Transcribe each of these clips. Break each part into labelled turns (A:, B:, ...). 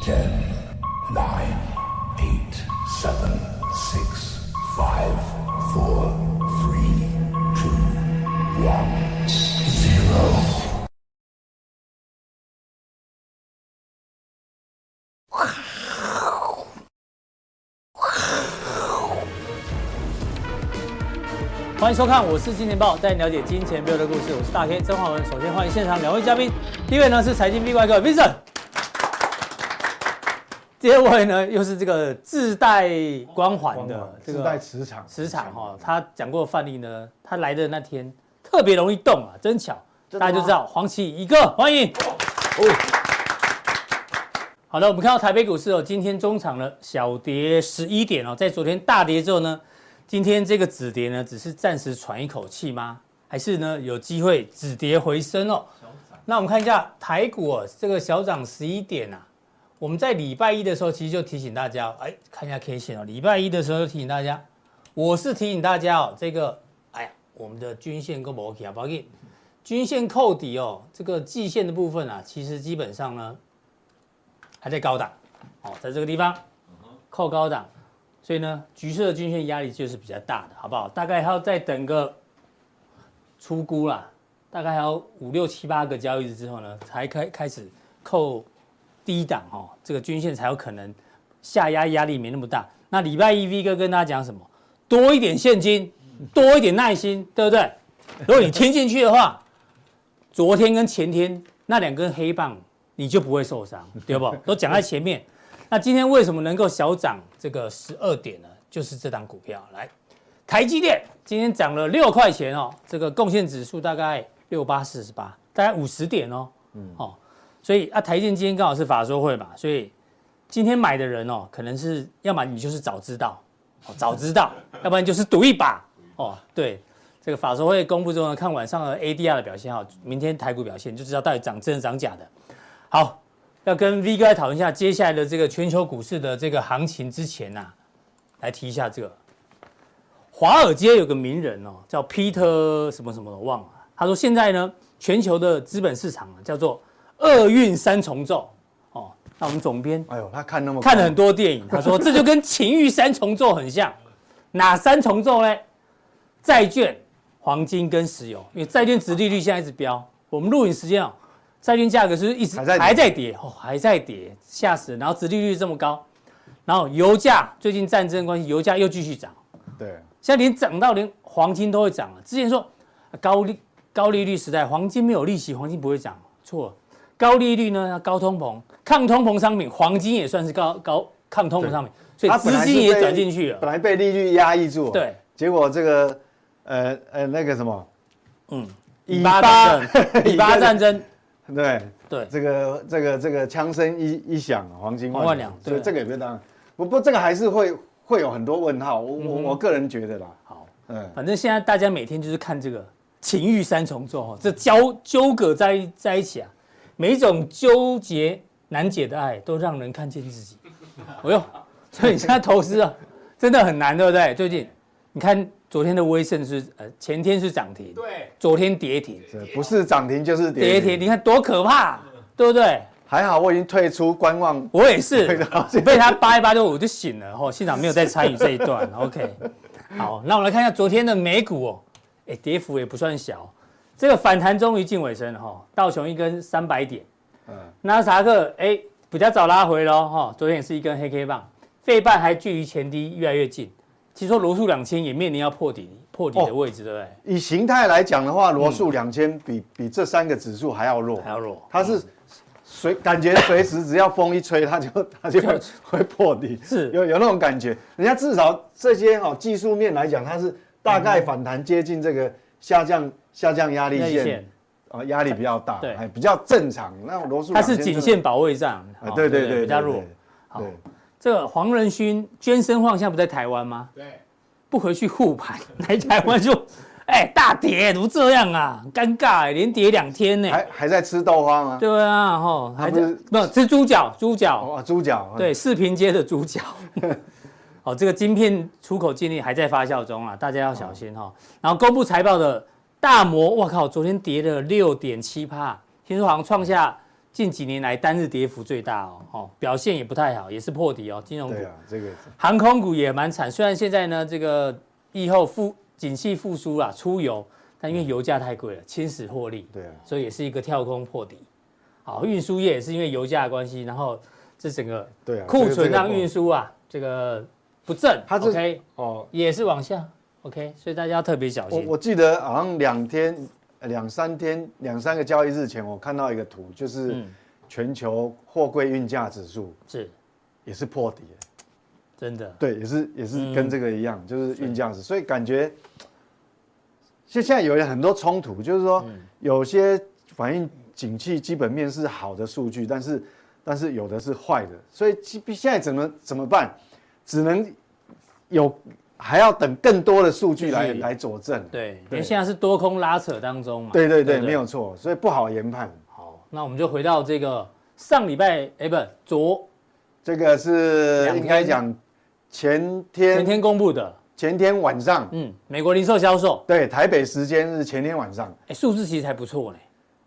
A: Ten, nine, eight, seven, six, five, four, three, two, one, zero.
B: 欢迎收看，我是金钱豹，带你了解金钱背后的故事。我是大 K 曾焕文。首先欢迎现场两位嘉宾，第一位呢是财经 B 怪客 Vincent，第二位呢又是这个自带光环的这
C: 自带
B: 个
C: 磁场，
B: 磁场哈、哦。他讲过范例呢，他来的那天特别容易动啊，真哦巧，大家就知道黄奇一个欢迎。好的，我们看到台北股市哦，今天中场呢小跌十一点哦，在昨天大跌之后呢，今天这个止跌呢，只是暂时喘一口气吗？还是呢有机会止跌回升哦？那我们看一下台股哦，这个小涨十一点啊，我们在礼拜一的时候其实就提醒大家哦，哎，看一下 K 线哦，礼拜一的时候就提醒大家，我是提醒大家哦，这个哎呀，我们的均线够不 OK 啊？不要紧，均线扣底哦，这个季线的部分啊，其实基本上呢还在高档，哦，在这个地方扣高档，所以呢，橘色的均线压力就是比较大的，好不好？大概还要再等个出估啦，大概还要五六七八个交易日之后呢，才开开始扣低档哦，这个均线才有可能下压压力没那么大。那礼拜一 V 哥跟大家讲什么？多一点现金，多一点耐心，对不对？如果你听进去的话，昨天跟前天那两根黑棒，你就不会受伤，对不？都讲在前面。那今天为什么能够小涨这个十二点呢？就是这档股票来，台积电今天涨了六块钱哦，这个贡献指数大概六八四十八，大概五十点哦，哦，所以啊，台积电今天刚好是法说会嘛，所以今天买的人哦，可能是要么你就是早知道，哦、早知道，要不然就是赌一把哦，对。这个法说会公布之后呢，看晚上的 ADR 的表现哈，明天台股表现就知道到底涨真的涨假的。好，要跟 V 哥来讨论一下接下来的这个全球股市的这个行情之前呐、来提一下这个华尔街有个名人哦，叫 Peter 什么什么，我忘了。他说现在呢，全球的资本市场啊，叫做厄运三重奏哦。那我们总编
C: 哎呦，他看那么
B: 看了很多电影，他说这就跟情欲三重奏很像，哪三重奏呢？债券、黄金跟石油，因为债券值利率现在一直飙，我们录影时间哦，债券价格是一直
C: 还在跌
B: 还在跌哦，还在跌，吓死人！然后值利率这么高，然后油价最近战争关系，油价又继续涨，
C: 对，
B: 现在连涨到连黄金都会涨了。之前说啊高利高利率时代，黄金没有利息，黄金不会涨，错了。高利率呢，高通膨、抗通膨商品，黄金也算是高高抗通膨商品，所以
C: 他本
B: 资
C: 来是
B: 金也
C: 被
B: 转进去
C: 本
B: 了。
C: 来被利率压抑住，
B: 对，
C: 结果这个呃呃那个什么，
B: 嗯，
C: 以
B: 以巴
C: 巴
B: 战争，以
C: 以
B: 巴
C: 巴
B: 战争，
C: 对，
B: 对，
C: 这个这个这个枪声一一响，黄金
B: 万
C: 万
B: 两
C: 两，
B: 对
C: 所以这个也被当，不不过这个还是会会有很多问号，我我我个人觉得啦，
B: 嗯好，
C: 嗯，
B: 反正现在大家每天就是看这个情欲三重奏哦，这交纠葛在在一起啊，每一种纠结难解的爱都让人看见自己。 哎呦，所以你现在投资啊，真的很难，对不对？最近你看昨天的威盛是呃前天是涨停，
D: 对，
B: 昨天跌停，
C: 这不是涨停就是
B: 跌
C: 跌
B: 停，
C: 停，
B: 你看多可怕、对不对？
C: 还好我已经退出观望，
B: 我也是
C: 对了解，
B: 被他扒一扒就我就醒了哦，现场没有再参与这一段。OK，好，那我们来看一下昨天的美股哦，哎，跌幅也不算小，这个反弹终于近尾声了哈、哦，道琼一根三百点，
C: 嗯，
B: 纳斯达克哎比较早拉回喽哈、哦，昨天也是一根黑 K 棒，费半还距离前低越来越近，听说罗素两千也面临要破底破底
C: 哦
B: 的位置，对不对？
C: 以形态来讲的话，罗素两千比比这三个指数还要弱，
B: 嗯还要弱，
C: 它是随感觉随时只要风一吹，它就它就会会破底，
B: 是
C: 有有那种感觉。人家至少这些哦技术面来讲，它是大
B: 嗯
C: 概反弹接近这个下降下降压力
B: 压力
C: 线
B: 线，
C: 啊，压力比较大，
B: 对
C: 哎，比较正常。那罗素
B: 它是
C: 2000
B: 颈线保卫战，
C: 啊
B: 哦，
C: 对对
B: 不
C: 对，
B: 比较
C: 对
B: 弱
C: 对。
B: 好
C: 对，
B: 这个黄仁勋捐身晃现在不在台湾吗？
D: 对，
B: 不回去护盘， 来台湾就，哎、大跌，怎么这样啊？尴尬、连跌两天呢、
C: 还还在吃豆花吗？
B: 对啊，吼，还
C: 他不
B: 在
C: 是
B: 不吃猪脚，猪脚，
C: 哦，猪脚，
B: 对，视频街的猪脚。 哦，这个晶片出口禁令还在发酵中啊，大家要小心
C: 哦
B: 哈、然后公布财报的大摩，我靠，昨天跌了六点七帕，听说好像创下近几年来单日跌幅最大哦，哦，表现也不太好，也是破底哦，金融股
C: 对。啊，这个
B: 航空股也蛮惨，虽然现在呢这个疫后复景气复苏啦，出游，但因为油价太贵了，侵蚀获利，
C: 嗯对啊，
B: 所以也是一个跳空破底。好，运输业也是因为油价的关系，然后这整个
C: 对啊，
B: 库
C: 这个
B: 存让运输啊这个不振
C: 它这
B: ，OK
C: 哦，
B: 也是往下，OK，所以大家要特别小
C: 我
B: 心。
C: 我记得好像两天、呃两三天、两三个交易日前，我看到一个图，就是
B: 嗯，
C: 全球货柜运价指数
B: 是
C: 也是破底耶，
B: 真的，
C: 对，也是也
B: 嗯
C: 是跟这个一样，就是运价值，所以感觉现现在有很多冲突，就是说
B: 嗯
C: 有些反映景气基本面是好的数据，但是但是有的是坏的，所以基现在怎么怎么办？只能有还要等更多的数据来
B: 就是
C: 来佐证。
B: 对，因
C: 对
B: 为现在是多空拉扯当中嘛。
C: 对对对，
B: 不
C: 没有错，所以不好研判。好，
B: 那我们就回到这个上礼拜，哎，不，昨
C: 这个是
B: 两天
C: 应该讲前
B: 前
C: 天
B: 天公布的，
C: 前天晚上，
B: 嗯，美国零售销售，
C: 对，台北时间是前天晚上。
B: 哎，数字其实还不错呢，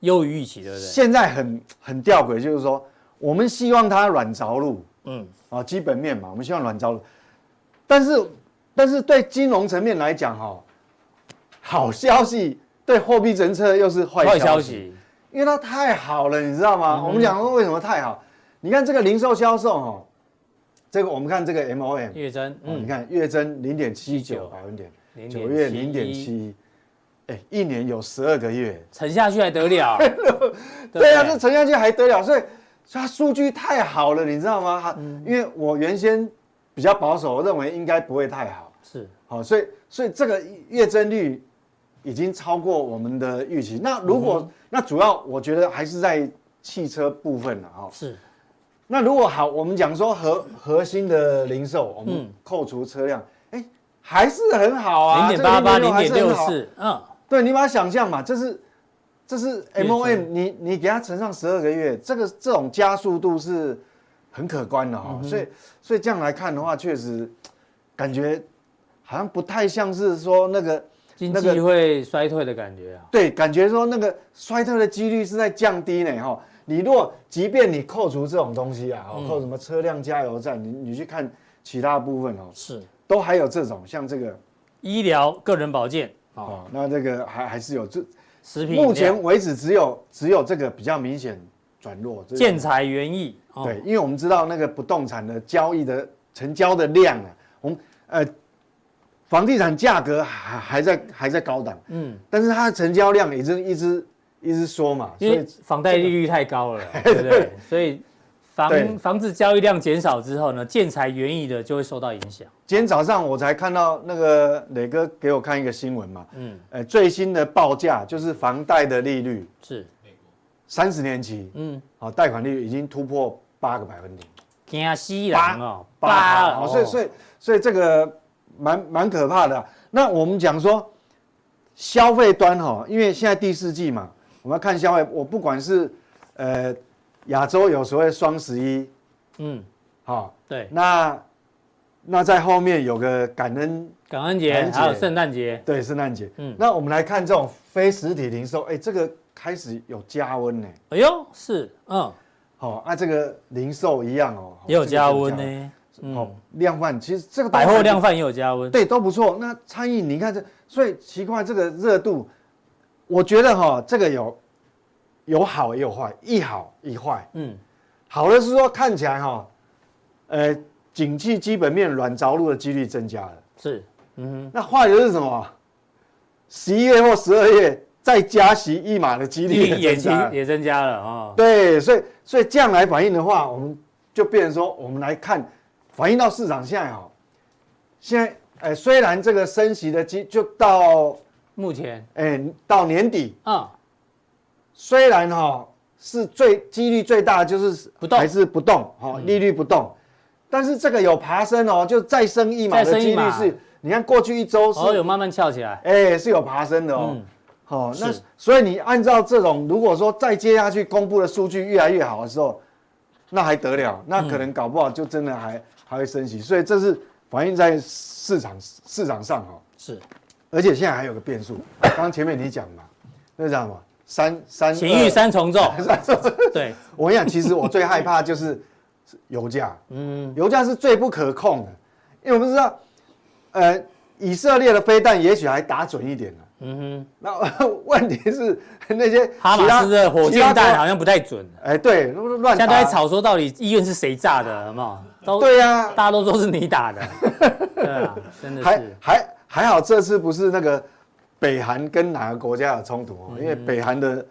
B: 优于预期，对不对？
C: 现在很很吊诡，就是说我们希望它软着陆
B: 嗯，
C: 啊，基本面嘛，我们希望软着陆，但是但是对金融层面来讲哈、哦，好消息对货币政策又是坏消
B: 坏
C: 息，
B: 消息，
C: 因为它太好了，你知道吗？我们讲说为什么太好，你看这个零售销售哦，这个我们看这个 M O M，、
B: 月增，
C: 哦你
B: 嗯，
C: 看月增零点七九
B: 79
C: 百分点，
B: 0.71
C: 九月零点七，哎，一年有十二个月，
B: 沉下去还 得
C: 啊
B: 了？不
C: 对啊，这沉下去还得了？所以，所以它数据太好了，你知道吗？它因为我原先比较保守，我认为应该不会太好，
B: 是
C: 好、所以所以这个月增率已经超过我们的预期。那如
B: 嗯
C: 果、那主要我觉得还是在汽车部分了哈、
B: 是，
C: 那如果好，我们讲说核核心的零售，我们
B: 嗯
C: 扣除车辆，哎、还是很好啊，
B: 零点八八，
C: 这个
B: 零
C: 还
B: 点
C: 是很
B: 六
C: 好啊
B: 四，嗯，
C: 对，你把它想象嘛，这是这是
B: 月
C: M O M，
B: 增
C: 你你给它乘上十二个月，这个这种加速度是很可观的哦。所以所以这样来看的话，确实感觉好像不太像是说那个
B: 嗯经
C: 那个
B: 济会衰退的感觉啊，
C: 对，感觉说那个衰退的几率是在降低呢哈、哦。你若即便你扣除这种东西啊，哦扣什么车辆加油站，你你去看其他部分哦，
B: 是，
C: 都还有这种像这个
B: 医疗、个人保健，哦，
C: 哦，那这个还还是有这
B: 食品饮料、
C: 目前为止，只有只有这个比较明显转弱。这个
B: 建材、园艺，哦
C: 对，，因为我们知道那个不动产的交易的成交的量啊，我们呃，房地产价格还还在还在高档，
B: 嗯，
C: 但是它的成交量已经一直一直缩嘛，所
B: 因为
C: 以
B: 房贷利率太高了， 对不对？所以
C: 对
B: 房房子交易量减少之后呢，建材、园艺的就会受到影响。
C: 今天早上我才看到那个磊哥给我看一个新闻嘛，
B: 嗯，
C: 呃，最新的报价就是房贷的利率，
B: 是，
C: 三十年期，
B: 嗯，
C: 好、贷款利率已经突破八个百分点。
B: 惊西人哦，
C: 八
B: 八
C: 哦，
B: 哦，
C: 所以所以所以这个蛮蛮可怕的啊、那我们讲说消费端哈、因为现在第四季嘛，我们要看消费，我不管是呃亚洲有所谓双十一
B: 嗯，
C: 哈、
B: 对，
C: 那那在后面有个感恩
B: 感恩节
C: 感恩节
B: 还有圣诞节，
C: 对圣诞节，
B: 嗯
C: 那我们来看这种非实体零售，哎、这个开始有加温呢、
B: 哎呦，是，嗯，
C: 好、哦，啊，这个零售一样哦，
B: 也有加温
C: 这
B: 呢，
C: 个有加温哦
B: 嗯，，
C: 量贩其实这个都
B: 百
C: 还
B: 货
C: 不
B: 量贩也有加温，
C: 对，都不错。那餐饮，你看这，所以奇怪这个热度，我觉得哈、这个有有好也有坏，一好一坏。
B: 嗯，
C: 好的是说看起来哈、呃，景气基本面软着陆的几率增加了。
B: 是，嗯
C: 那坏的是什么？十一月或十二月再加息一码的几
B: 哼，
C: 率也
B: 也
C: 增加了。
B: 也增加了哦，
C: 对，所以所以这样来反映的话，我们就变成说，我们来看反映到市场现在哦，现在哎，虽然这个升息的机就到
B: 目前，
C: 哎到年底，
B: 嗯，
C: 虽然哈、是最几率最大的就是
B: 不动
C: 还是不动哈、
B: 嗯
C: 哦，利率不动，但是这个有爬升哦，就再升一码
B: 再
C: 的
B: 升
C: 几
B: 一
C: 率
B: 码
C: 是，你看过去一周是
B: 哦，有慢慢翘起来，
C: 哎，是有爬升的哦
B: 嗯。
C: 好、那
B: 是
C: 所以你按照这种，如果说再接下去公布的数据越来越好的时候，那还得了？那可能搞不好就真的还、还会升息。所以这是反映在市场市场上哈、哦，
B: 是，
C: 而且现在还有个变数，刚刚前面你讲嘛，那叫什么？三三呃
B: 情欲
C: 二
B: 三重 奏，对，
C: 我跟你讲，其实我最害怕就是油价，嗯，油价是最不可控的，因为我们知道，呃，以色列的飞弹也许还打准一点了、
B: 嗯哼，
C: 那问题是那些
B: 哈
C: 其
B: 马
C: 他
B: 斯的火
C: 其他
B: 箭弹
C: 国
B: 好像不太准，
C: 哎，对，乱
B: 现在
C: 打，
B: 都在吵说到底医院是谁炸的，有没有？都
C: 对呀、
B: 大家都说是你打 的，对啊，真的
C: 还
B: 是，
C: 还还好，这次不是那个北韩跟哪个国家有冲突、哦，
B: 嗯
C: 因为北韩的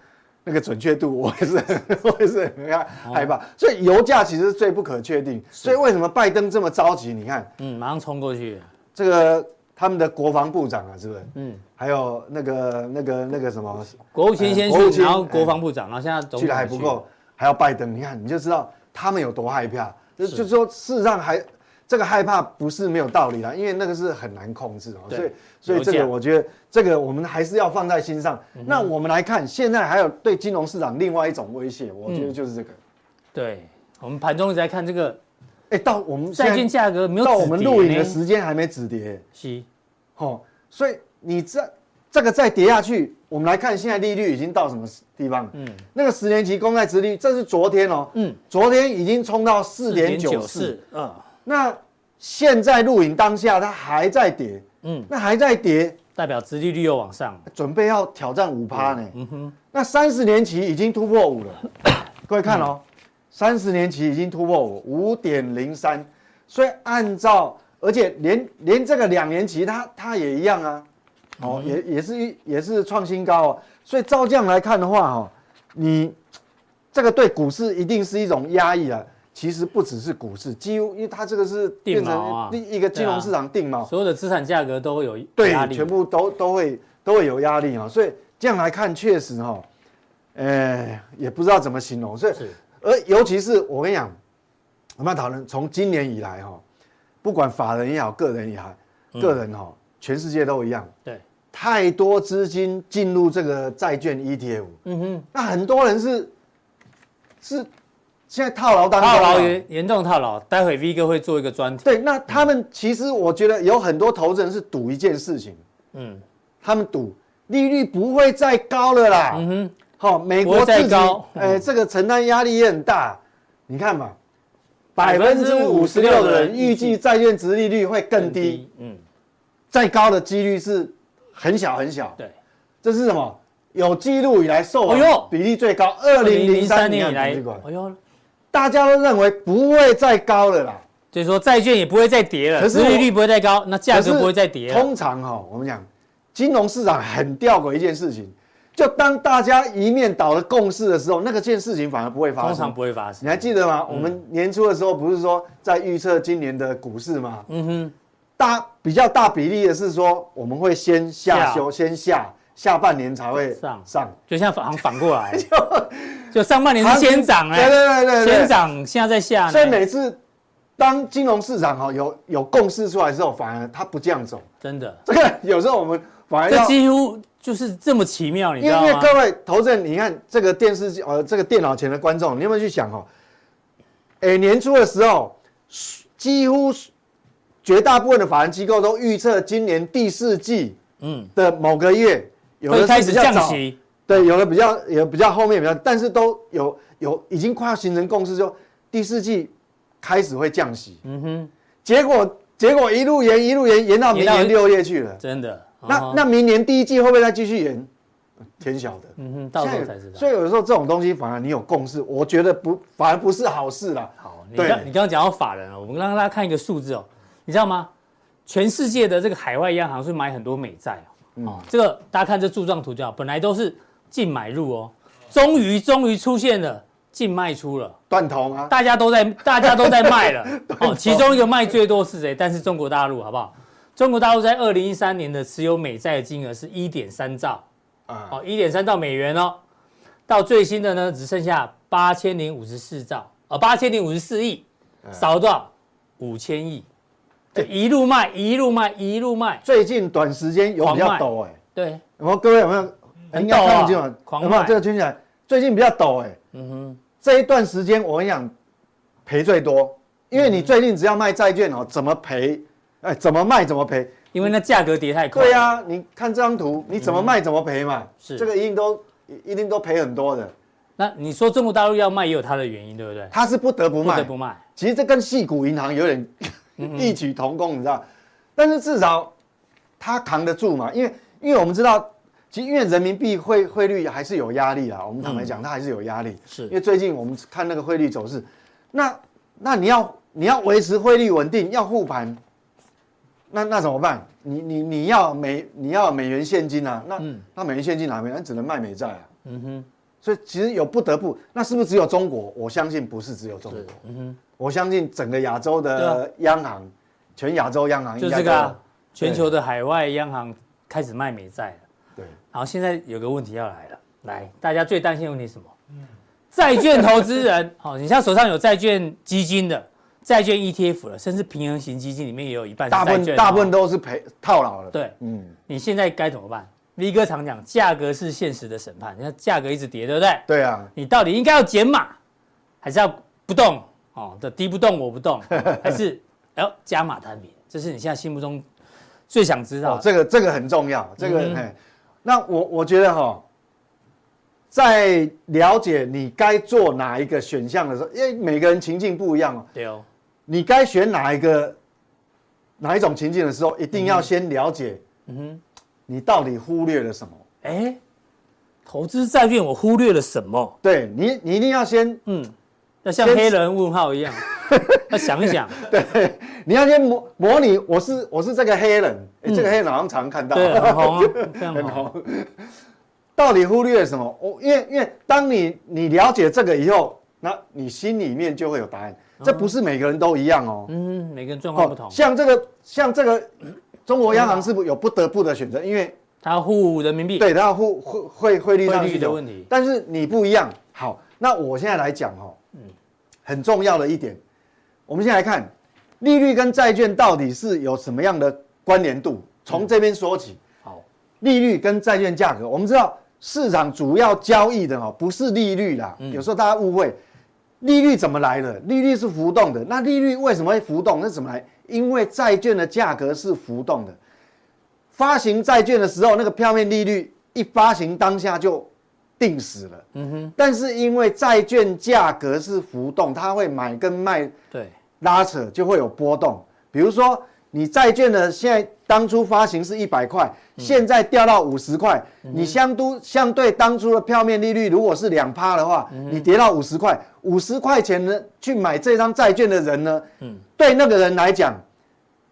C: 那个准确度，我也是 很我也是很害害
B: 哦
C: 怕，所以油价其实是最不可确定，所以为什么拜登这么着急？你看
B: 嗯，马上冲过去，
C: 这个他们的国防部长啊，是不是？
B: 嗯，
C: 还有那个那个那个什么
B: 国务卿先
C: 呃国务
B: 去，
C: 卿
B: 然后国防部长，然后现在总
C: 去
B: 统
C: 的还
B: 也
C: 不
B: 去
C: 够，还要拜登，你看你就知道他们有多害怕。就就说事实上还这个害怕不是没有道理啦，因为那个是很难控制哦、
B: 对
C: 所以所以
B: 油
C: 这个
B: 价嗯
C: 我觉得这个我们还是要放在心上。那我们来看，现在还有对金融市场另外一种威胁，我觉得就是
B: 嗯
C: 这个。
B: 对，我们盘中一直在看这个
C: 哎、到我们
B: 债券
C: 现
B: 价
C: 在
B: 格没有
C: 到我们
B: 止跌
C: 录影的
B: 呢
C: 时间还没止跌，
B: 是
C: 哦，所以你这这个再跌下去，我们来看现在利率已经到什么地方？嗯，那个十年期公债殖利率，这是昨天哦，
B: 嗯
C: 嗯，昨天已经冲到四点九四，，那现在录影当下它还在跌，
B: 嗯
C: 嗯，那还在跌，
B: 代表殖利率又往上，
C: 准备要挑战五趴呢，嗯哼，那三十年期已经突破五了， 各位看哦，三十年期已经突破五，五点零三，所以按照，而且连连这个两年期它它也一样啊，哦，
B: 嗯
C: 也也是一也是创新高哦，所以照这样来看的话哦，你这个对股市一定是一种压抑啊。其实不只是股市，几乎因为它这个是变
B: 定锚啊
C: 成一一个金融市场定锚，
B: 所有的资产价格都有
C: 对
B: 压，力，
C: 全部都都会都会有压力啊、所以这样来看，确实哈、呃，也不知道怎么形容。所以
B: 是，
C: 而尤其是我跟你讲，我们要讨论从今年以来哈、哦不管法人也好，个人也好，
B: 嗯
C: 个人哈、哦全世界都一样，
B: 对，
C: 太多资金进入这个债券 ETF，
B: 嗯哼，
C: 那很多人是是现在套牢当中啊
B: 套牢严严重套牢，待会 V 哥会做一个专题，
C: 对，那他们其实我觉得有很多投资人是赌一件事情，
B: 嗯
C: 他们赌利率不会再高了啦。
B: 嗯哼，
C: 好、美
B: 不
C: 国
B: 会再
C: 自己
B: 高
C: 哎、
B: 嗯
C: 这个承担压力也很大。你看嘛，百分之五十
B: 56%
C: 六的人预计债券值利率会更低，，
B: 嗯，
C: 再高的几率是很小很小。
B: 对，
C: 这是什么？有记录以来受
B: 哎呦
C: 访比例最高，二零零三
B: 年
C: 年以
B: 以
C: 来
B: 来，，哎呦，
C: 大家都认为不会再高了啦。
B: 就是说债券也不会再跌了，
C: 可是
B: 殖
C: 我
B: 利率不会再高，那价
C: 可是
B: 格不会再跌了，
C: 通常哈、我们讲金融市场很吊诡一件事情，就当大家一面倒的共识的时候，那个件事情反而不会发生。
B: 通常不会嗯发生
C: 你，还记得吗？我们年初的时候不是说在预测今年的股市吗？
B: 嗯哼，
C: 大比较大比例的是说我们会先下
B: 下
C: 修，先下下半年才会
B: 上
C: 上。
B: 就像反反过 来，就上半年是先涨
C: 对
B: 哎，
C: 对对对对，
B: 先涨，啊现在在下
C: 所以
B: 呢，
C: 每次当金融市场哈、有有共识出来之后，反而它不这样走。
B: 真的，
C: 这个有时候我们反而
B: 这
C: 要
B: 几乎就是这么奇妙，你知
C: 因为
B: 道
C: 因为
B: 吗？
C: 各位投资人，你看这个电视机呃，这个电脑前的观众，你有没有去想哦？哎，年初的时候，几乎绝大部分的法人机构都预测今年第四季
B: 嗯，
C: 的某个月，有的
B: 会
C: 是
B: 开始
C: 比较
B: 降
C: 早，
B: 息，
C: 对，有的比较有比较后面比较，但是都有有已经快要形成共识，就第四季开始会降息。
B: 嗯哼，
C: 结果结果一路延一路延延到明
B: 延到
C: 年六月去了。
B: 真的，
C: 那
B: 哦
C: 那明年第一季会不会再继续延？天晓得。
B: 嗯哼，到时
C: 现
B: 候
C: 在
B: 才知道。
C: 所以有时候这种东西反而你有共识，我觉得不反而不是好事啦。
B: 好，你
C: 对
B: 刚你刚刚讲到法人了，哦我们让大家看一个数字哦，你知道吗？全世界的这个海外央行是买很多美债
C: 嗯
B: 哦，哦这个大家看这柱状图就好，本来都是净买入哦，终于终于出现了净卖出了，
C: 断头吗？
B: 大家都在大家都在卖 了哦，其中一个卖最多是谁？但是中国大陆好不好？中国大陆在二零一三年的持有美债的金额是一点三兆，
C: 啊
B: 哦，一点三兆美元哦，到最新的呢只剩下八千零五十四兆，呃，八千零五十四亿，
C: 嗯
B: 少了多少？五千亿，就一路卖，一路卖，一路卖，
C: 最近短时间有比较
B: 狂
C: 陡哎、
B: 对，
C: 然后各位有没有？
B: 很
C: 应该
B: 陡啊
C: 看不清楚，
B: 狂
C: 有没有
B: 买
C: 这个圈起来？最近比较陡哎、
B: 嗯哼，
C: 这一段时间我跟你讲，赔最多，因为你最近只要卖债券
B: 嗯
C: 哦，怎么赔？哎，怎么卖怎么赔？
B: 因为那价格跌太快，
C: 啊对，呀、你看这张图，你怎么卖怎么赔嘛？
B: 啊嗯是
C: 这个一定都一一定都赔很多的，
B: 那你说中国大陆要卖也有它的原因，对不对？
C: 它是不得不
B: 不
C: 卖
B: 得。不嗯卖，
C: 其实这跟细股银行有点 异曲同工，你知道？但是至少它扛得住嘛，因为因为我们知道，其实因为人民币汇汇率还是有压力啊。我们坦白讲，它还是有压力，
B: 嗯是
C: 因为最近我们看那个汇率走势，那那你要你要维持汇率稳定，要护盘，那那怎么办？你你你要美你要美元现金啊，那、那美元现金哪没？那只能卖美债啊。嗯
B: 嗯哼
C: 哼，所以其实有不得不，那是不是只有中国？我相信不是只有中国。嗯哼，我相信整个亚洲
B: 对啊
C: 的央行，全亚洲央行
B: 就
C: 应
B: 是
C: 该
B: 这
C: 都
B: 个、啊
C: 有。，
B: 全球的海外央行开始卖美债了。
C: 对，
B: 然后现在有个问题要来了，来，大家最担心的问题是什么？债券投资人，好、你像手上有债券基金的、债券 E ETF 了，甚至平衡型基金里面也有一半是
C: 大部
B: 债券
C: 分
B: 哦，
C: 大部分都是赔套牢了。，
B: 对，
C: 嗯，
B: 你现在该怎么办？V 哥常讲，价格是现实的审判，你看价格一直跌，对不对？
C: 对啊，
B: 你到底应该要减码，还是要不动？哦，的敌不动我不 动，还是要加码摊平？这是你现在心目中最想知道
C: 哦
B: 的。，
C: 这个这个很重要，这个、
B: 啊嗯哼
C: 嘿那我我觉得哈、在了解你该做哪一个选项的时候，因为每个人情境不一样哦，
B: 对哦，
C: 你该选哪一个哪一种情境的时候，一定要先了解
B: 嗯哼，
C: 你到底忽略了什么。
B: 哎，投资债券我忽略了什么？
C: 对你，你一定要先，
B: 嗯，要像
C: 先
B: 黑人问号一样，要想一 想。
C: 你要先模模拟我是我是这个黑人，诶这个黑人好像常看到，
B: 嗯对，很红啊，非常
C: 很
B: 红。
C: 红。 到底忽略了什么？我因为因为当你你了解这个以后，那你心里面就会有答案。这不是每个人都一样哦。
B: 嗯，每个人状况不同，
C: 像这个像这个中国央行是不是有不得不的选择？因为
B: 他护人民币，
C: 对，它汇汇汇汇率上
B: 汇率
C: 去
B: 的
C: 有
B: 问题
C: 但是你不一样。好，那我现在来讲哦，
B: 嗯
C: 很重要的一点，我们先来看利率跟债券到底是有什么样的关联度，从这边说起。
B: 嗯好，
C: 利率跟债券价格，我们知道市场主要交易的哦，不是利率啦，
B: 嗯
C: 有时候大家误会，利率怎么来的？利率是浮动的，那利率为什么会浮动？那怎么来？因为债券的价格是浮动的，发行债券的时候，那个票面利率一发行当下就定死了。嗯哼，但是因为债券价格是浮动，它会买跟卖
B: 对，
C: 拉扯就会有波动。比如说，你债券的现在当初发行是一百块，现在掉到五十块，你相都相对当初的票面利率如果是两趴的话，你跌到五十块，五十块钱呢去买这张债券的人呢，对那个人来讲，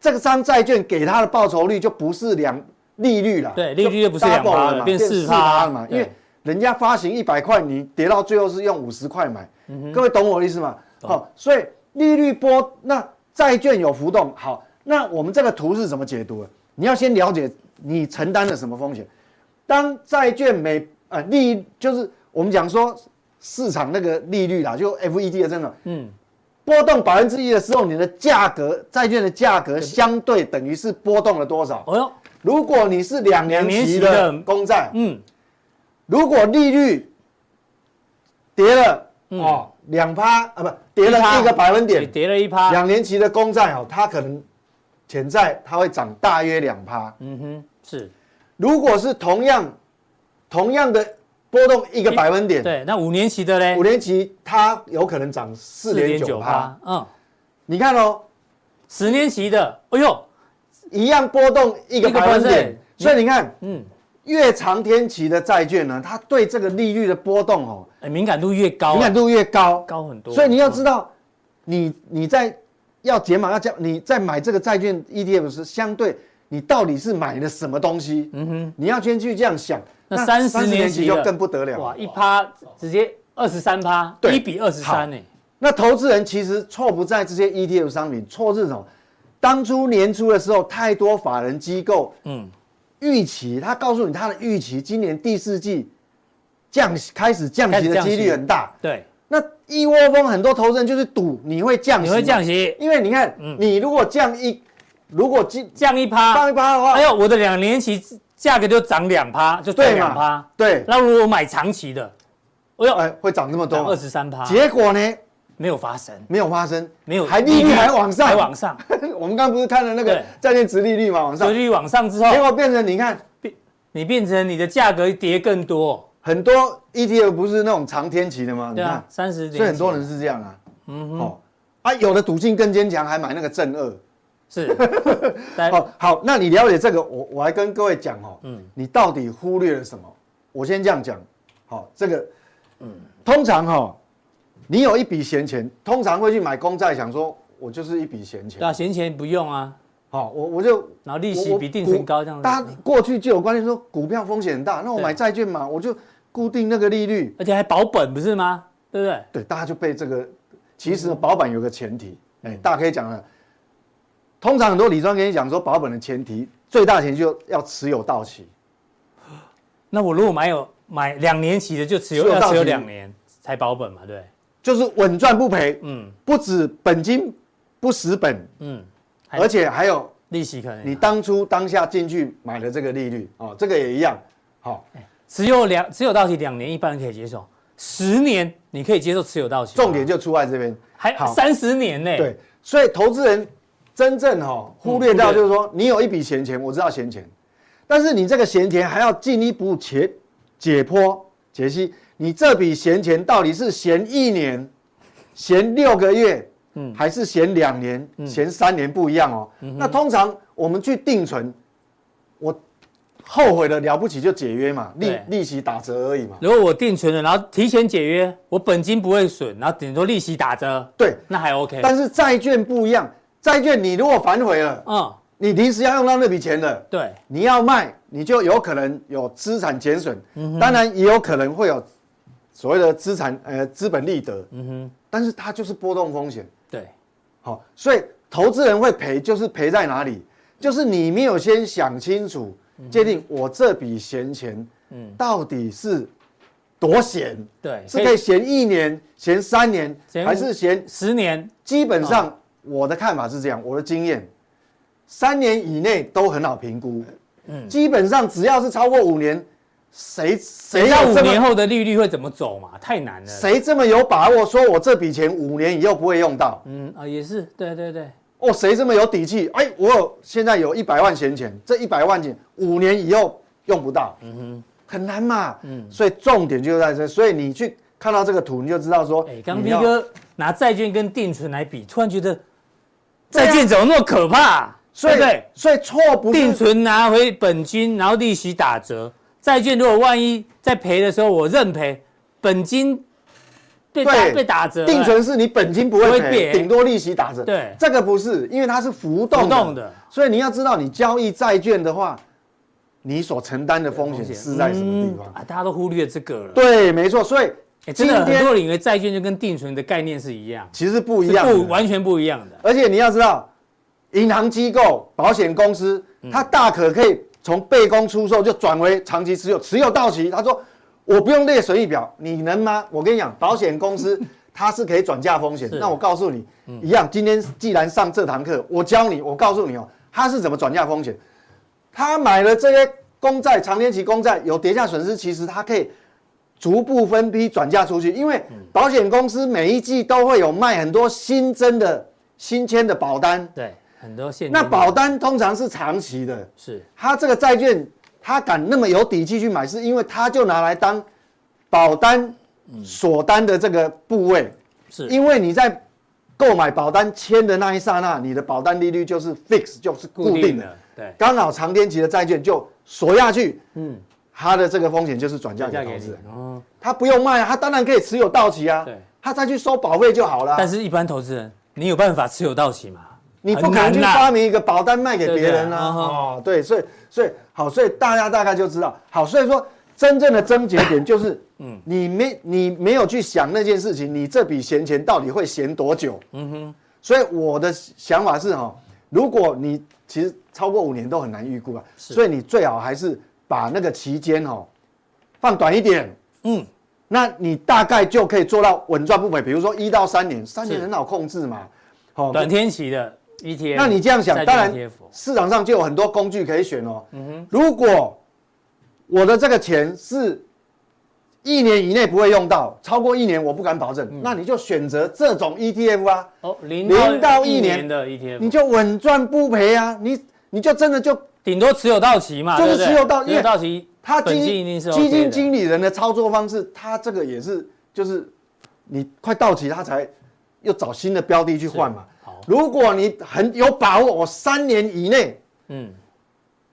C: 这张债券给他的报酬率就不是两利率了，
B: 对利率就不是
C: double
B: 2%了
C: 嘛
B: 变
C: 变
B: 4%
C: 4%了嘛，
B: 对
C: 因为人家发行一百块，你跌到最后是用五十块买，
B: 嗯
C: 各位懂我的意思吗？好、所以利率波那债券有浮动，好，那我们这个图是怎么解读的？你要先了解你承担了什么风险。当债券每呃利就是我们讲说市场那个利率啦，就 FED 的这种，
B: 嗯，
C: 波动百分之一的时候，你的价格债券的价格相对等于是波动了多少？
B: 哦哟，
C: 如果你是两年期
B: 两
C: 的
B: 年期的
C: 公债，
B: 嗯，
C: 如果利率跌了哦两趴啊，不跌了
B: 嗯一趴
C: 一个百分
B: 也
C: 点，
B: 跌了一趴，
C: 两年期的公债哦，它可能潜在它会涨大约两趴。
B: 嗯哼，是，
C: 如果是同样同样的波动一个百分点，
B: 对，那五年期的嘞
C: 五，年期它有可能涨四点九趴。，
B: 嗯，
C: 你看哦，
B: 十年期的，哎呦，
C: 一样波动一个
B: 一个
C: 百分
B: percent
C: 点，所以你看
B: 嗯，
C: 越长天期的债券呢，它对这个利率的波动哦，
B: 哎敏感度越高啊，
C: 敏感度越哦高，
B: 高很多，
C: 所以你要知
B: 道，
C: 道，你你在要解码要加，你在买这个债券 ETF 时，相对你到底是买了什么东西？嗯哼，你要先去这样想。
B: 那30
C: 30
B: 年
C: 年
B: 期
C: 期
B: 的
C: 就更不得
B: 哇，
C: 了。
B: 一趴直接二十三趴，
C: 对
B: 一比二十
C: 好
B: 三欸呢，
C: 那投资人其实错不在这些 ETF 商品，错是什么？当初年初的时候，太多法人机构
B: 嗯，
C: 预期，他告诉你他的预期，今年第四季降息开始降
B: 开
C: 息
B: 始
C: 的
B: 降
C: 几率
B: 息
C: 很大。
B: 对，
C: 那一窝蜂很多投资人就是赌你会降息，
B: 你会降，息，嗯
C: 因为你看，你如果降一，如果今
B: 降一趴
C: 降，一趴的话，
B: 哎呦，我的两年期价格就涨两趴，就涨
C: 对
B: 两
C: 嘛
B: 趴，，
C: 对，
B: 那如果我买长期的，哎呦，
C: 哎，会涨这么
B: 涨二
C: 多，
B: 十三趴，
C: 结果呢
B: 没有发生，
C: 没有发生，
B: 没有
C: 还利率还往上，
B: 还往。上，
C: 我们刚刚不是看了那
B: 对
C: 个债券值利率嘛，往上
B: 哦利，率往上之后，
C: 结果变成你看，
B: 你变成你的价格跌更多，
C: 很多 ETF 不是那种长天期的吗？你
B: 对啊
C: 看，，
B: 三十点，
C: 嗯所以很多人是这样啊。嗯哦，啊，有的赌性更坚强，还买那个正二。
B: 是， 但
C: 哦，好，那你了解这个，我我还跟各位讲哦，嗯，你到底忽略了什么？我先这样讲，好、这个，嗯，通常哈、哦，你有一笔闲钱，通常会去买公债，想说我就是一笔闲钱
B: 对，啊，闲钱不用啊，
C: 好、我我就
B: 然后利息比定存高这样子
C: 大家过去就有观念说股票风险很大，那我
B: 对啊
C: 买债券嘛，我就固定那个利率，
B: 而且还保本不是吗？对不对？
C: 对，大家就被这个，其实保本有个前提，哎、大家可以讲了。通常很多理专跟你讲说，保本的前提最大前提就要持有到期，
B: 那我如果买有买两年期的，就持有
C: 持有
B: 要
C: 到
B: 持有
C: 期
B: 两年才保本嘛，对不对，
C: 就是稳赚不赔，
B: 嗯
C: 不止本金不蚀本，
B: 嗯，还
C: 而且还有
B: 利息可能
C: 你当初当下进去买的这个利率哦，这个也一样。好、
B: 持有两持有到期两年，一般人可以接受，十年你可以接受持有到期吗，
C: 重点就出在这边。
B: 还
C: 好
B: 三十年呢，
C: 对，所以投资人真正哈、哦、忽略
B: 忽
C: 到
B: 略
C: 就是说，你有一笔闲钱，我知道闲钱，但是你这个闲钱还要进一步解解剖解析，你这笔闲钱到底是闲一年、闲六个月，嗯，还是闲两年、闲三年不一样哦。那通常我们去定存，我后悔了了不起就解约嘛，利
B: 对
C: 利息打折而已嘛。
B: 如果我定存了，然后提前解约，我本金不会损，然后顶多利息打折，
C: 对，
B: 那还 OK。
C: 但是债券不一样，债券你如果反悔了，
B: 嗯，
C: 你临时要用到那笔钱了。
B: 对，
C: 你要卖，你就有可能有资产减损，
B: 嗯
C: 当然也有可能会有所谓的资产呃资本利得，
B: 嗯哼，
C: 但是它就是波动风险。
B: 对，
C: 好、所以投资人会赔，就是赔在哪里？就是你没有先想清楚，
B: 嗯
C: 界定我这笔闲钱，到底是多闲，
B: 对，
C: 是可以闲一年、闲三年，
B: 闲
C: 还是闲
B: 十年，
C: 基本
B: 哦
C: 上我的看法是这样，我的经验，三年以内都很好评估。
B: 嗯
C: 基本上只要是超过五年，
B: 谁
C: 谁谁
B: 知道
C: 要
B: 五
C: 这
B: 年
C: 么
B: 后的利率会怎么走嘛？太难了。？
C: 谁这么有把握说我这笔钱五年以后不会用到？
B: 嗯啊，也是，对对对，
C: 哦，谁这么有底气？哎，我有现在有一百万闲钱，这一百万钱五年以后用不到，
B: 嗯
C: 很难嘛。所以重点就在这，所以你去看到这个图，你就知道说，
B: 哎，刚
C: 你
B: B
C: 要
B: 哥拿债券跟定存来比，突然觉得债券怎么那么可怕？
C: 啊所以
B: 对不对？
C: 所以错不是
B: 定存拿回本金，然后利息打折。债券如果万一在赔的时候我认赔，本金被打
C: 对，
B: 被打折，
C: 定存是你本金不
B: 不会
C: 会
B: 变
C: 赔，顶多利息打折。
B: 对
C: 这个不是，因为它是浮动
B: 浮动的
C: 所以你要知道，你交易债券的话，你所承担的风险是在什么地
B: 嗯
C: 方？
B: 啊？大家都忽略这个了。
C: 对，没错。所以
B: 哎，真
C: 今
B: 的很多
C: 天
B: 人以为债券就跟定存的概念是一样，
C: 其实不一
B: 是
C: 样
B: 不
C: 的，
B: 完全不一样的。
C: 而且你要知道，银行机构、保险公司，它大可可以从被公出售就转为长期持有，持有到期，他说我不用列损益表，你能吗？我跟你讲，保险公司它是可以转嫁风险。那我告诉你，一样，今天既然上这堂课，我教你，我告诉你哦，它是怎么转嫁风险。他买了这些公债、长天期公债有跌价损失，其实它可以逐步分批转嫁出去，因为保险公司每一季都会有卖很多新增的新签的保单，
B: 对，很多现金
C: 那保单通常是长期的，
B: 是
C: 他这个债券他敢那么有底气去买，是因为他就拿来当保单锁单的这个部位，
B: 是
C: 因为你在购买保单签的那一刹那，你的保单利率就是 fix 就是固定的，，
B: 对，
C: 刚好长天期的债券就锁下去，嗯，它的这个风险就是转嫁给
B: 嫁
C: 投
B: 给
C: 资
B: 你
C: 人。。
B: 哦，
C: 他不用卖啊，他当然可以持有到期啊，
B: 对
C: 他再去收保费就好了啊。
B: 但是一般投资人，你有办法持有到期吗？
C: 你不
B: 很
C: 可能
B: 难啊
C: 去
B: 啦
C: 发明一个保单卖给别
B: 对
C: 人啊，
B: 对啊
C: 哦，对，所以所以好，所以大家大概就知道，好，所以说真正的症结点就是，嗯，你没你没有去想那件事情，你这笔闲钱到底会闲多久？嗯哼，所以我的想法是哈，如果你其实超过五年都很难预估啊，所以你最好还是把那个期间哈放短一点，
B: 嗯，
C: 那你大概就可以做到稳赚不赔，比如说一到三年，三年
B: 是
C: 很好控制嘛，好，
B: 短天期的 ETF，
C: 那你这样想，
B: 债券 E
C: 当然
B: ETF
C: 市场上就有很多工具可以选哦。
B: 嗯
C: 如果我的这个钱是一年以内不会用到，超过一年我不敢保证，那你就选择这种 ETF 啊，
B: 嗯哦，零
C: 零到一
B: 一
C: 年
B: 年的 E
C: 你
B: ETF，
C: 就稳赚不赔啊，你你就真的就
B: 顶多持有到期嘛，
C: 就
B: 对不
C: 是
B: 对
C: 持有到
B: 持有到期，
C: 他
B: 本
C: 基
B: 金一定是
C: 基
B: OK
C: 金
B: 的
C: 经理人的操作方式，他这个也是就是你快到期，他才又找新的标的去换嘛
B: 好。
C: 如果你很有把握，我三年以内
B: 嗯，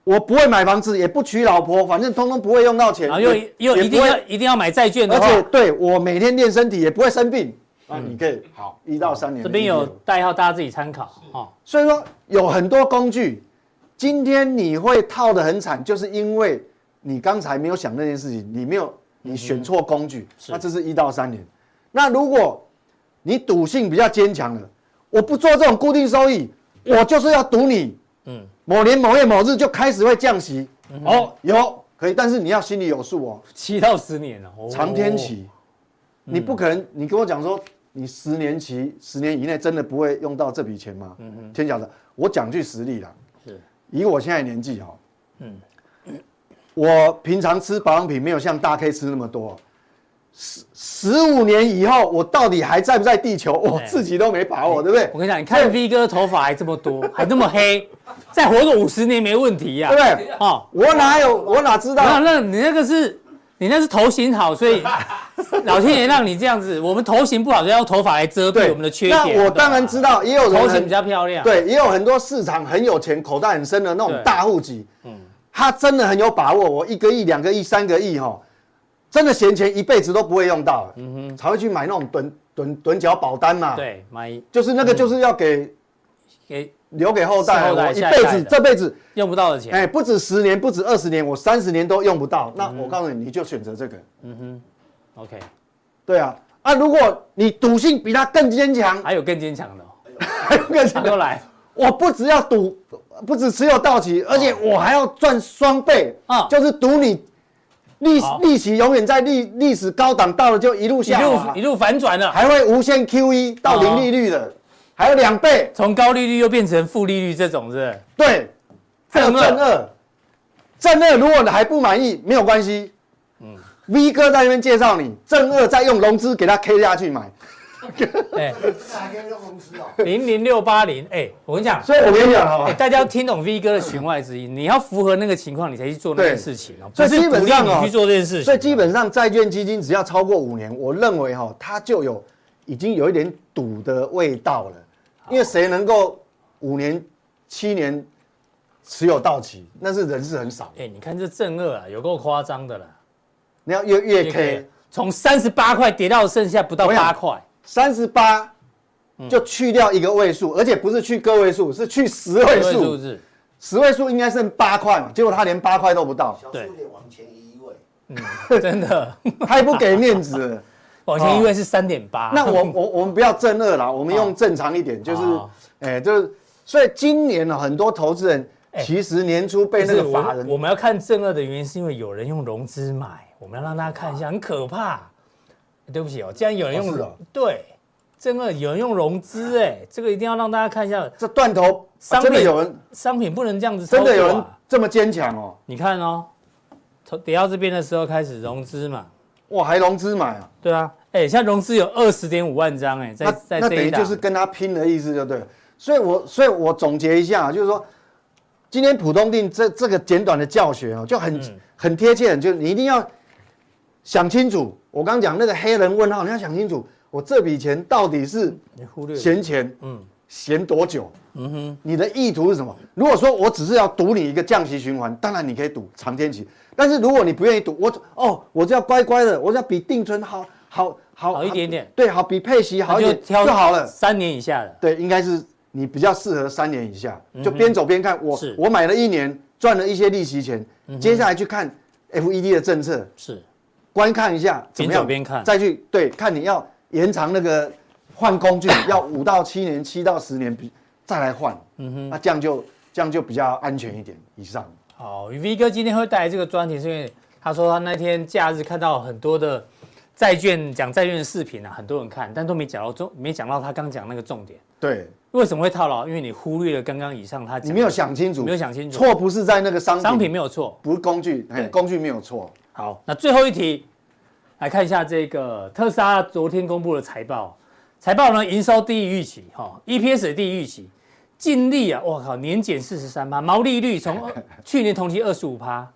C: 我不会买房子，也不娶老婆，反正通通不会用到钱，
B: 然后啊又
C: 也
B: 又
C: 也
B: 一
C: 不
B: 定
C: 会
B: 要哦一定要买债券的
C: 而
B: 话，
C: 且对我每天练身体也不会生病啊。你可以好一到三年
B: 嗯这
C: 的
B: 边有
C: ETF
B: 代号，大家自己参考哦。
C: 所以说有很多工具，今天你会套得很惨，就是因为你刚才没有想那件事情，你没有你选错工具，那这是一到三年。那如果你赌性比较坚强的，我不做这种固定收益，我就是要赌你，嗯，某年某月某日就开始会降息，哦，有可以，但是你要心里有数哦，
B: 七到十年了，哦
C: 长天期，你不可能，你跟我讲说你十年期、十年以内真的不会用到这笔钱吗？天晓得，我讲句实例啦，
B: 是
C: 以我现在年纪哈，我平常吃保养品没有像大 K 吃那么多，十十五年以后我到底还在不在地球，我
B: 哎
C: 自己都没把握，对不对？
B: 我跟你讲，你看 V 哥头发还这么多，还那么黑，再活个五十年没问题呀、
C: 对不对？
B: 哦，
C: 我哪有我哪知
B: 那
C: 道？
B: 那你那个是，你那是头型好，所以老天爷让你这样子。我们头型不好，就要用头发来遮蔽
C: 对，
B: 我们的缺点。
C: 那我当然知道，也有人
B: 头
C: 很
B: 型比较漂亮。，
C: 对，也有很多市场很有钱、口袋很深的那种
B: 对嗯
C: 大户级，他真的很有把握，我一个亿、两个亿、三个亿哈，真的闲钱一辈子都不会用到，才会去买那种趸趸趸缴保单嘛，，
B: 嗯对，买
C: 就是那个就是要给
B: 给
C: 留给后代，
B: 后代
C: 我一
B: 下一
C: 辈
B: 代
C: 子
B: 的
C: 这辈子，
B: 用不到的钱。
C: 哎，不止十年，不止二十年，我三十年都用不
B: 嗯
C: 到，那我告诉你，你就选择这个，
B: OK，
C: 对啊，啊，如果你赌性比他更坚强，
B: 还有更坚强的、哦，
C: 还有更强
B: 都来
C: 我不只要赌，不只持有到期，而
B: 哦
C: 且我还要赚双倍
B: 啊
C: 就是赌你利
B: 好
C: 利息永远在历历史高档，到了就一路
B: 一
C: 下
B: 路
C: 滑
B: 一，路哦反转了，
C: 还会无限 QE 到零利率的，还有两倍，
B: 从高利率又变成负利率，这种是不是
C: 对，还有
B: 正二
C: 正二，正二如果你还不满意，没有关系，v
B: 嗯
C: 哥在那边介绍你正二，再用融资给他 K 下去买，
B: 哎，
D: 这还可以用公司哦。
B: 零零六八零，哎，我跟你讲，
C: 所以我跟你讲好
B: 哎，
C: 吧，
B: 大家要听懂 V 哥的弦外之音，你要符合那个情况，你才去做那件事情哦，
C: 所
B: 不
C: 以
B: 是
C: 基本
B: 鼓励
C: 上哦
B: 你去做这件事情。
C: 所以基本上债券基金只要超过五年，我认为哈、它就有已经有一点赌的味道了，因为谁能够五年、七年持有到期，那是人是很少的。
B: 哎，你看这正二啊，有够夸张的啦，
C: 你要越越 K
B: 从三十八块跌到剩下不到
C: 我想
B: 八块，
C: 三十八，就去掉一个位数，而且不是去个位数，是去十位
B: 这个数
C: 数，
B: 字
C: 十位数应该剩八块嘛，结果他连八块都不到，
D: 小
B: 对
D: 数点往前移一位，
B: 真的
C: 他也不给面子了。
B: 往前一位是三点八。
C: 哦那 我我我们不要正二啦，我们用正常一点，就是
B: 哦，
C: 哎、就是，所以今年呢，很多投资人
B: 哎
C: 其实年初被那
B: 是
C: 个
B: 我
C: 法
B: 们我
C: 人，
B: 们要看正二的原因，是因为有人用融资买，我们要让大家看一下，很可怕。对不起哦，竟然有人用
C: 哦是
B: 融、
C: 哦
B: 对正二有人用融资，哎，这个一定要让大家看一下，
C: 这断头、啊
B: 商
C: 真的
B: 品
C: 有人，
B: 商品不能这样子操
C: 真
B: 作、啊。
C: 的有人这么坚强哦，
B: 你看哦，从跌到这边的时候开始融资嘛，
C: 哇，还融资买啊，
B: 对啊，哎，现在融资有二十点五万张，哎，在
C: 那
B: 在
C: 那
B: 这
C: 等于
B: 一档
C: 就是跟他拼的意思，就对了。所以我所以我总结一下啊，就是说，今天浦东定这这个简短的教学哦，就很、
B: 嗯
C: 很贴切，很就是你一定要想清楚。我刚讲那个黑人问号，你要想清楚，我这笔钱到底是
B: 你忽略了
C: 闲钱，嗯，闲多久？嗯哼，你的意图是什么？如果说我只是要赌你一个降息循环，当然你可以赌长天期，但是如果你不愿意赌，我哦，我就要乖乖的，我就要比定存好好好
B: 好一点点
C: 对，好比配息好
B: 那
C: 一
B: 就
C: 点
B: 挑
C: 就好了。
B: 三年以下的，
C: 对，应该是你比较适合三年以下，就边走边看。我
B: 嗯是嗯
C: 我买了一年，赚了一些利息钱，接下来去看 FED 的政策，
B: 是
C: 观看一下怎么
B: 边走
C: 样，
B: 边看
C: 再去对看你要延长那个换 工具，要五到七年、七到十年比再来换，嗯哼，那这样就这样就比较安全一点。以上，
B: 好。V 哥今天会带来这个专题，是因为他说他那天假日看到很多的债券讲债券的视频啊，很多人看，但都没讲到重，没讲到他刚讲那个重点。
C: 对
B: 为什么会套牢？因为你忽略了刚刚以上他讲的
C: 你没有想清楚，
B: 没有想清楚
C: 错不是在那个商品，
B: 商品没有错，
C: 不是工具，嘿
B: 对
C: 工具没有错，
B: 好，那最后一题，来看一下这个特斯拉昨天公布的财报，财报呢营收低于预期，哈、e p s 也低于预期，净利啊，我靠，年减四十三趴，毛利率从 呃去年同期二十五趴，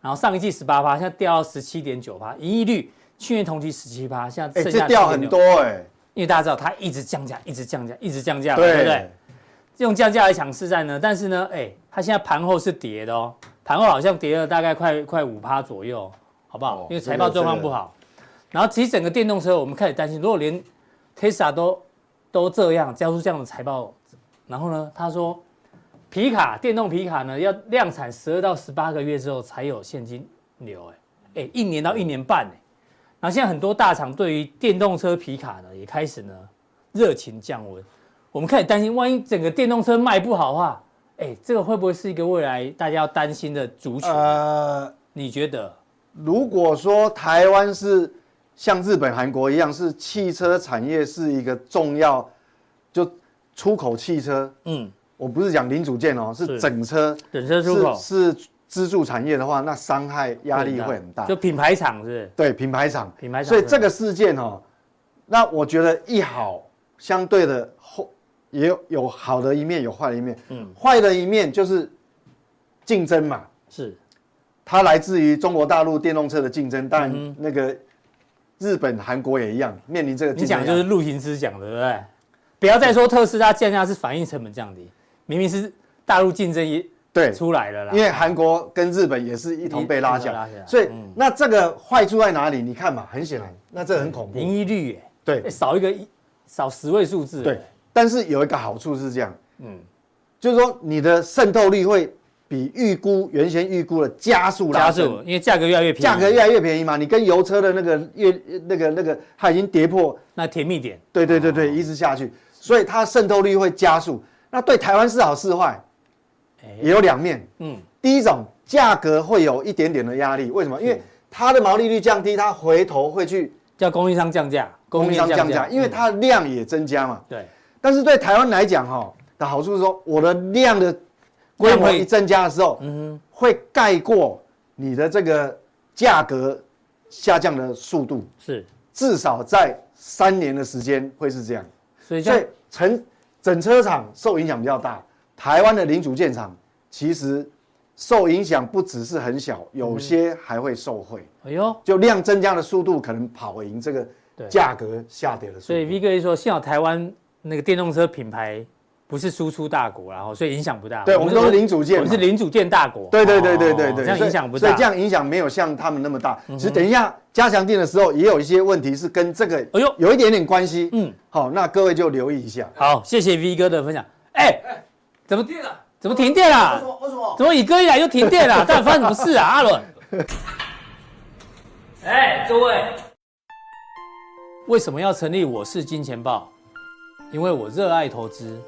B: 然后上一季十八趴，现在掉到十七点九趴，盈利率去年同期十七趴，现在
C: 哎，
B: 剩下
C: 这掉很
B: 7.6
C: 多哎，
B: 因为大家知道它一直降价，一直降价，一直降价嘛，对不对
C: 对？，
B: 这种降价来抢市占呢，但是呢，哎，它现在盘后是跌的哦，盘后好像跌了大概快快五趴左右，好不好？
C: 哦
B: 因为财报状况不好。然后其实整个电动车，我们开始担心，如果连 Tesla 都都这样交出这样的财报，然后呢，他说皮卡电动皮卡呢要量产十二到十八个月之后才有现金流，哎哎，一年到一年半哎。然后现在很多大厂对于电动车皮卡呢也开始呢热情降温。我们开始担心，万一整个电动车卖不好的话，哎，这个会不会是一个未来大家要担心的族群？
C: 呃，
B: 你觉得？
C: 如果说台湾是像日本、韩国一样，是汽车产业是一个重要，就出口汽车，
B: 嗯，
C: 我不是讲零组件哦，
B: 是
C: 是整车，
B: 整车出口
C: 是是支柱产业的话，那伤害压力会很大
B: 就。品牌厂是不是？
C: 对品牌厂，
B: 品牌厂
C: 所以这个事件哦，那我觉得一好，相对的后也有有好的一面，有坏的一面。嗯，坏的一面就是竞争嘛，
B: 是
C: 它来自于中国大陆电动车的竞争，当
B: 嗯
C: 然那个日本、韩国也一样面临这个
B: 你
C: 竞争
B: 讲
C: 压力。
B: 就是路行之讲的，对不对？不要再说特斯拉降价是反映成本降低，明明是大陆竞争也
C: 对，
B: 出来了啦。
C: 哎因为韩国跟日本也是一同被拉
B: 一同被拉
C: 下
B: 下，嗯
C: 所以那这个坏处在哪里？你看嘛，很显然，那这很恐
B: 盈
C: 怖。
B: 利率耶，
C: 对
B: 哎少一个一少十位数字。
C: 对，但是有一个好处是这样，
B: 嗯，
C: 就是说你的渗透率会比预估原先预估的加速拉
B: 加
C: 升
B: 速，嗯因为价格越来越便宜，
C: 价格越来越便宜嘛。你跟油车的那个越那个那个，它已经跌破，
B: 那甜蜜点
C: 对对对对，一直下去，所以它渗透率会加速。那对台湾是好是坏，也有两面。
B: 嗯
C: 哎嗯，第一种价格会有一点点的压力，为什么？因为它的毛利率降低，它回头会去
B: 叫供应商降价，
C: 供应商降价，因为
B: 嗯
C: 它的量也增加嘛。
B: 对
C: 但是对台湾来讲，哈的好处是说，我的量的规模一增加的时候，会盖过你的这个价格下降的速度，
B: 是，
C: 至少在三年的时间会是这样。
B: 所以这
C: 所以
B: 样
C: 成整车厂受影响比较大，台湾的零组件厂其实受影响不只是很小，有
B: 嗯
C: 些还会受惠。
B: 哎呦，
C: 就量增加的速度可能跑赢这个
B: 对
C: 价格下跌的速
B: 所以
C: 度。
B: V 哥就说，幸好台湾那个电动车品牌不是输出大国啦，然后所以影响不大。
C: 对我们都是零组件
B: 我
C: 嘛
B: 们是零组件大国。
C: 对对对对对
B: 哦
C: 对，
B: 这样
C: 所以
B: 影响不
C: 所以
B: 大。嗯
C: 这样影响没有像他们那么大。其实等一下加强定的时候，也有一些问题是跟这个
B: 哎呦
C: 有一点点关系。
B: 嗯
C: 嗯，好，那各位就留意一下。
B: 好，谢谢 V 哥的分享。哎，怎么电了？怎么停电
D: 为什
B: 了？
D: 么？为什么？
B: 怎么宇哥一来就停电 了？到底发生什么事啊，阿伦？哎，各位，为什么要成立我是金钱豹？因为我热爱投资。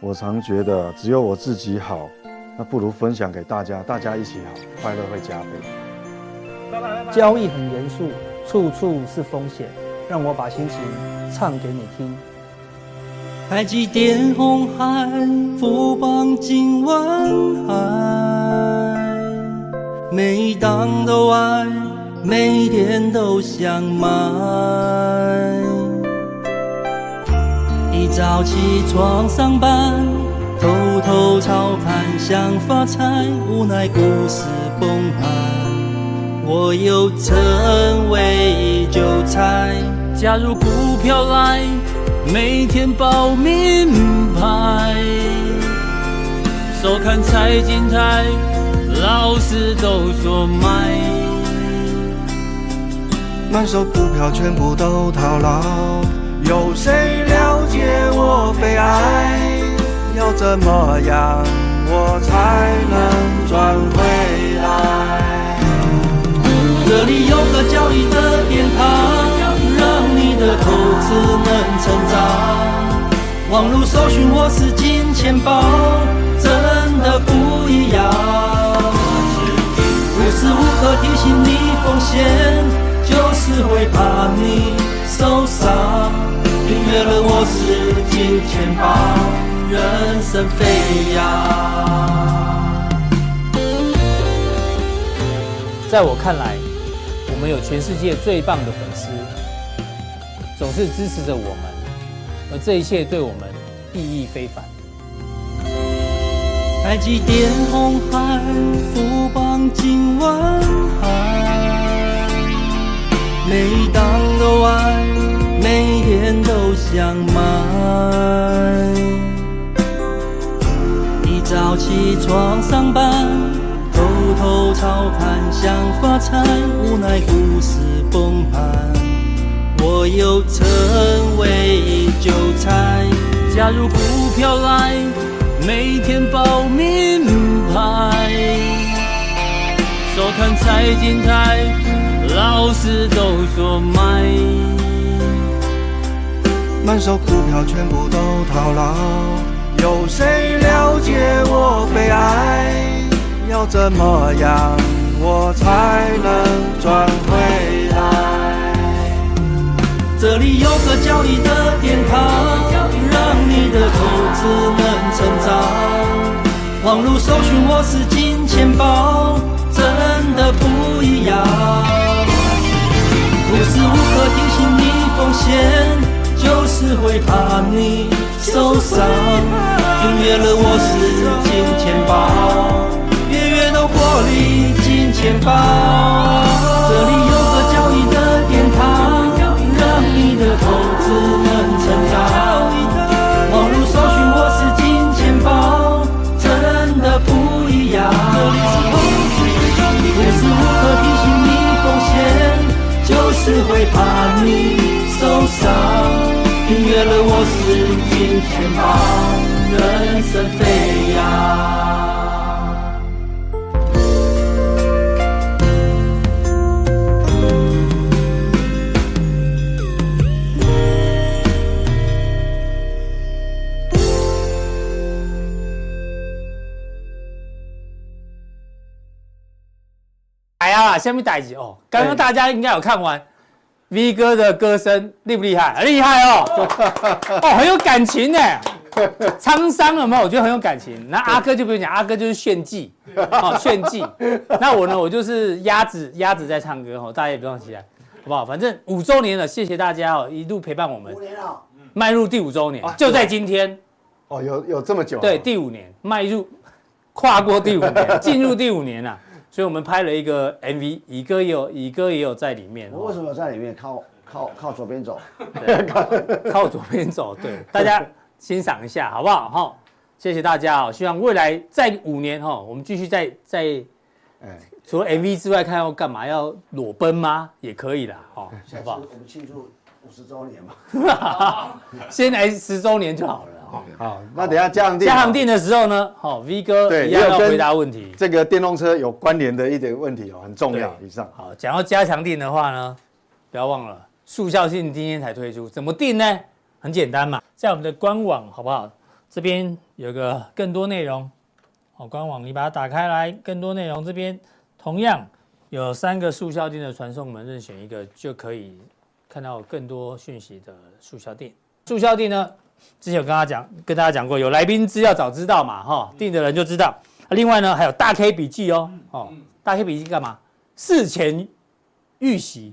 C: 我常觉得只有我自己好，那不如分享给大家，大家一起好，快乐会加倍。
E: 交易很严肃，处处是风险，让我把心情唱给你听。
F: 海极点红海，富邦金湾海，每一档都爱，每一天都想买。一早起床上班，偷偷操盘想发财，无奈股市崩盘。我又成为韭菜。加入股票来，每天报名牌，收看财经台，老师都说买。
G: 满手股票全部都套牢，有谁了解我悲哀？要怎么样我才能赚回来？
F: 这里有个交易的殿堂，让你的投资能成长。网络搜寻我是金钱豹，真的不一样。无时无刻提醒你风险，就是会怕你受伤。订阅了我是金钱豹，人生飞扬。
B: 在我看来，我们有全世界最棒的粉丝，总是支持着我们，而这一切对我们意义非凡。
F: 才几点红海，浮傍今晚海。每当都爱，每天都想买。一早起床上班，偷偷操盘想发财，无奈股市崩盘。我又成为韭菜，加入股票来，每天报名牌，收看财经台，老师都说买，
G: 满手股票全部都套牢，有谁了解我悲哀？要怎么样我才能赚回来？
F: 这里有个交易的天堂，让你的投资能成长。网络搜寻我是金钱豹，真的不一样。无时无刻提醒你风险，就是会怕你受伤。订阅了我是金钱豹，月月都获利金钱豹。这里有个交易的殿堂，让你的投资能成长。网络搜寻我是金钱豹，真的不一样。这里是投资，无时无刻提醒你风险。就是会怕你受伤。订阅了我是金钱豹，人生飞扬。
B: 哎呀，下面打一集哦，刚刚大家应该有看完 V 哥的歌声，厉不厉害？厉害哦，哦，很有感情呢。沧桑有没有？我觉得很有感情。那阿哥就不用讲，阿哥就是炫技，哦，炫技。那我呢，我就是鸭子，鸭子在唱歌哦，大家也不用起来，好不好？反正五周年了，谢谢大家哦，一路陪伴我们
D: 五，年了，嗯啊
B: 迈入第五周年，就在今天。
C: 哦，有有这么久啊？
B: 对，第五年迈入，跨过第五年，进入第五年啊， 所以我们拍了一个 MV，乙哥也有，乙哥也有在里面、
D: 我为
B: 哦，
D: 什么在里面靠靠靠左边走？
B: 靠左边走，对，大家欣赏一下好不好？哈、谢谢大家哦，希望未来在五年哈、哦，我们继续在在
C: 哎，
B: 除了 MV 之外，看要干嘛？要裸奔吗？也可以啦，哦，
D: 下
B: 好
D: 次
B: 不好？
D: 我们庆祝五十周年嘛。
B: 先来十周年就好了。哦
C: 好，那等一下嘉航店，
B: 加航定的时候呢，哦，V 哥
C: 啊对
B: 一样
C: 也有
B: 要
C: 跟
B: 回答问题。
C: 这个电动车有关联的一点问题哦，很重要。
B: 对
C: 以上
B: 好，讲到加强定的话呢，不要忘了速效性今天才推出，怎么定呢？很简单嘛，在我们的官网好不好？这边有个更多内容，哦，官网你把它打开来，更多内容这边同样有三个速效定的传送门，任选一个就可以看到更多讯息的速效定。速效定呢，之前有跟大家讲，跟大家讲过，有来宾资料早知道嘛，哈、定的人就知道。啊另外呢，还有大 K 笔记哦，哦，大 K 笔记干嘛？事前预习，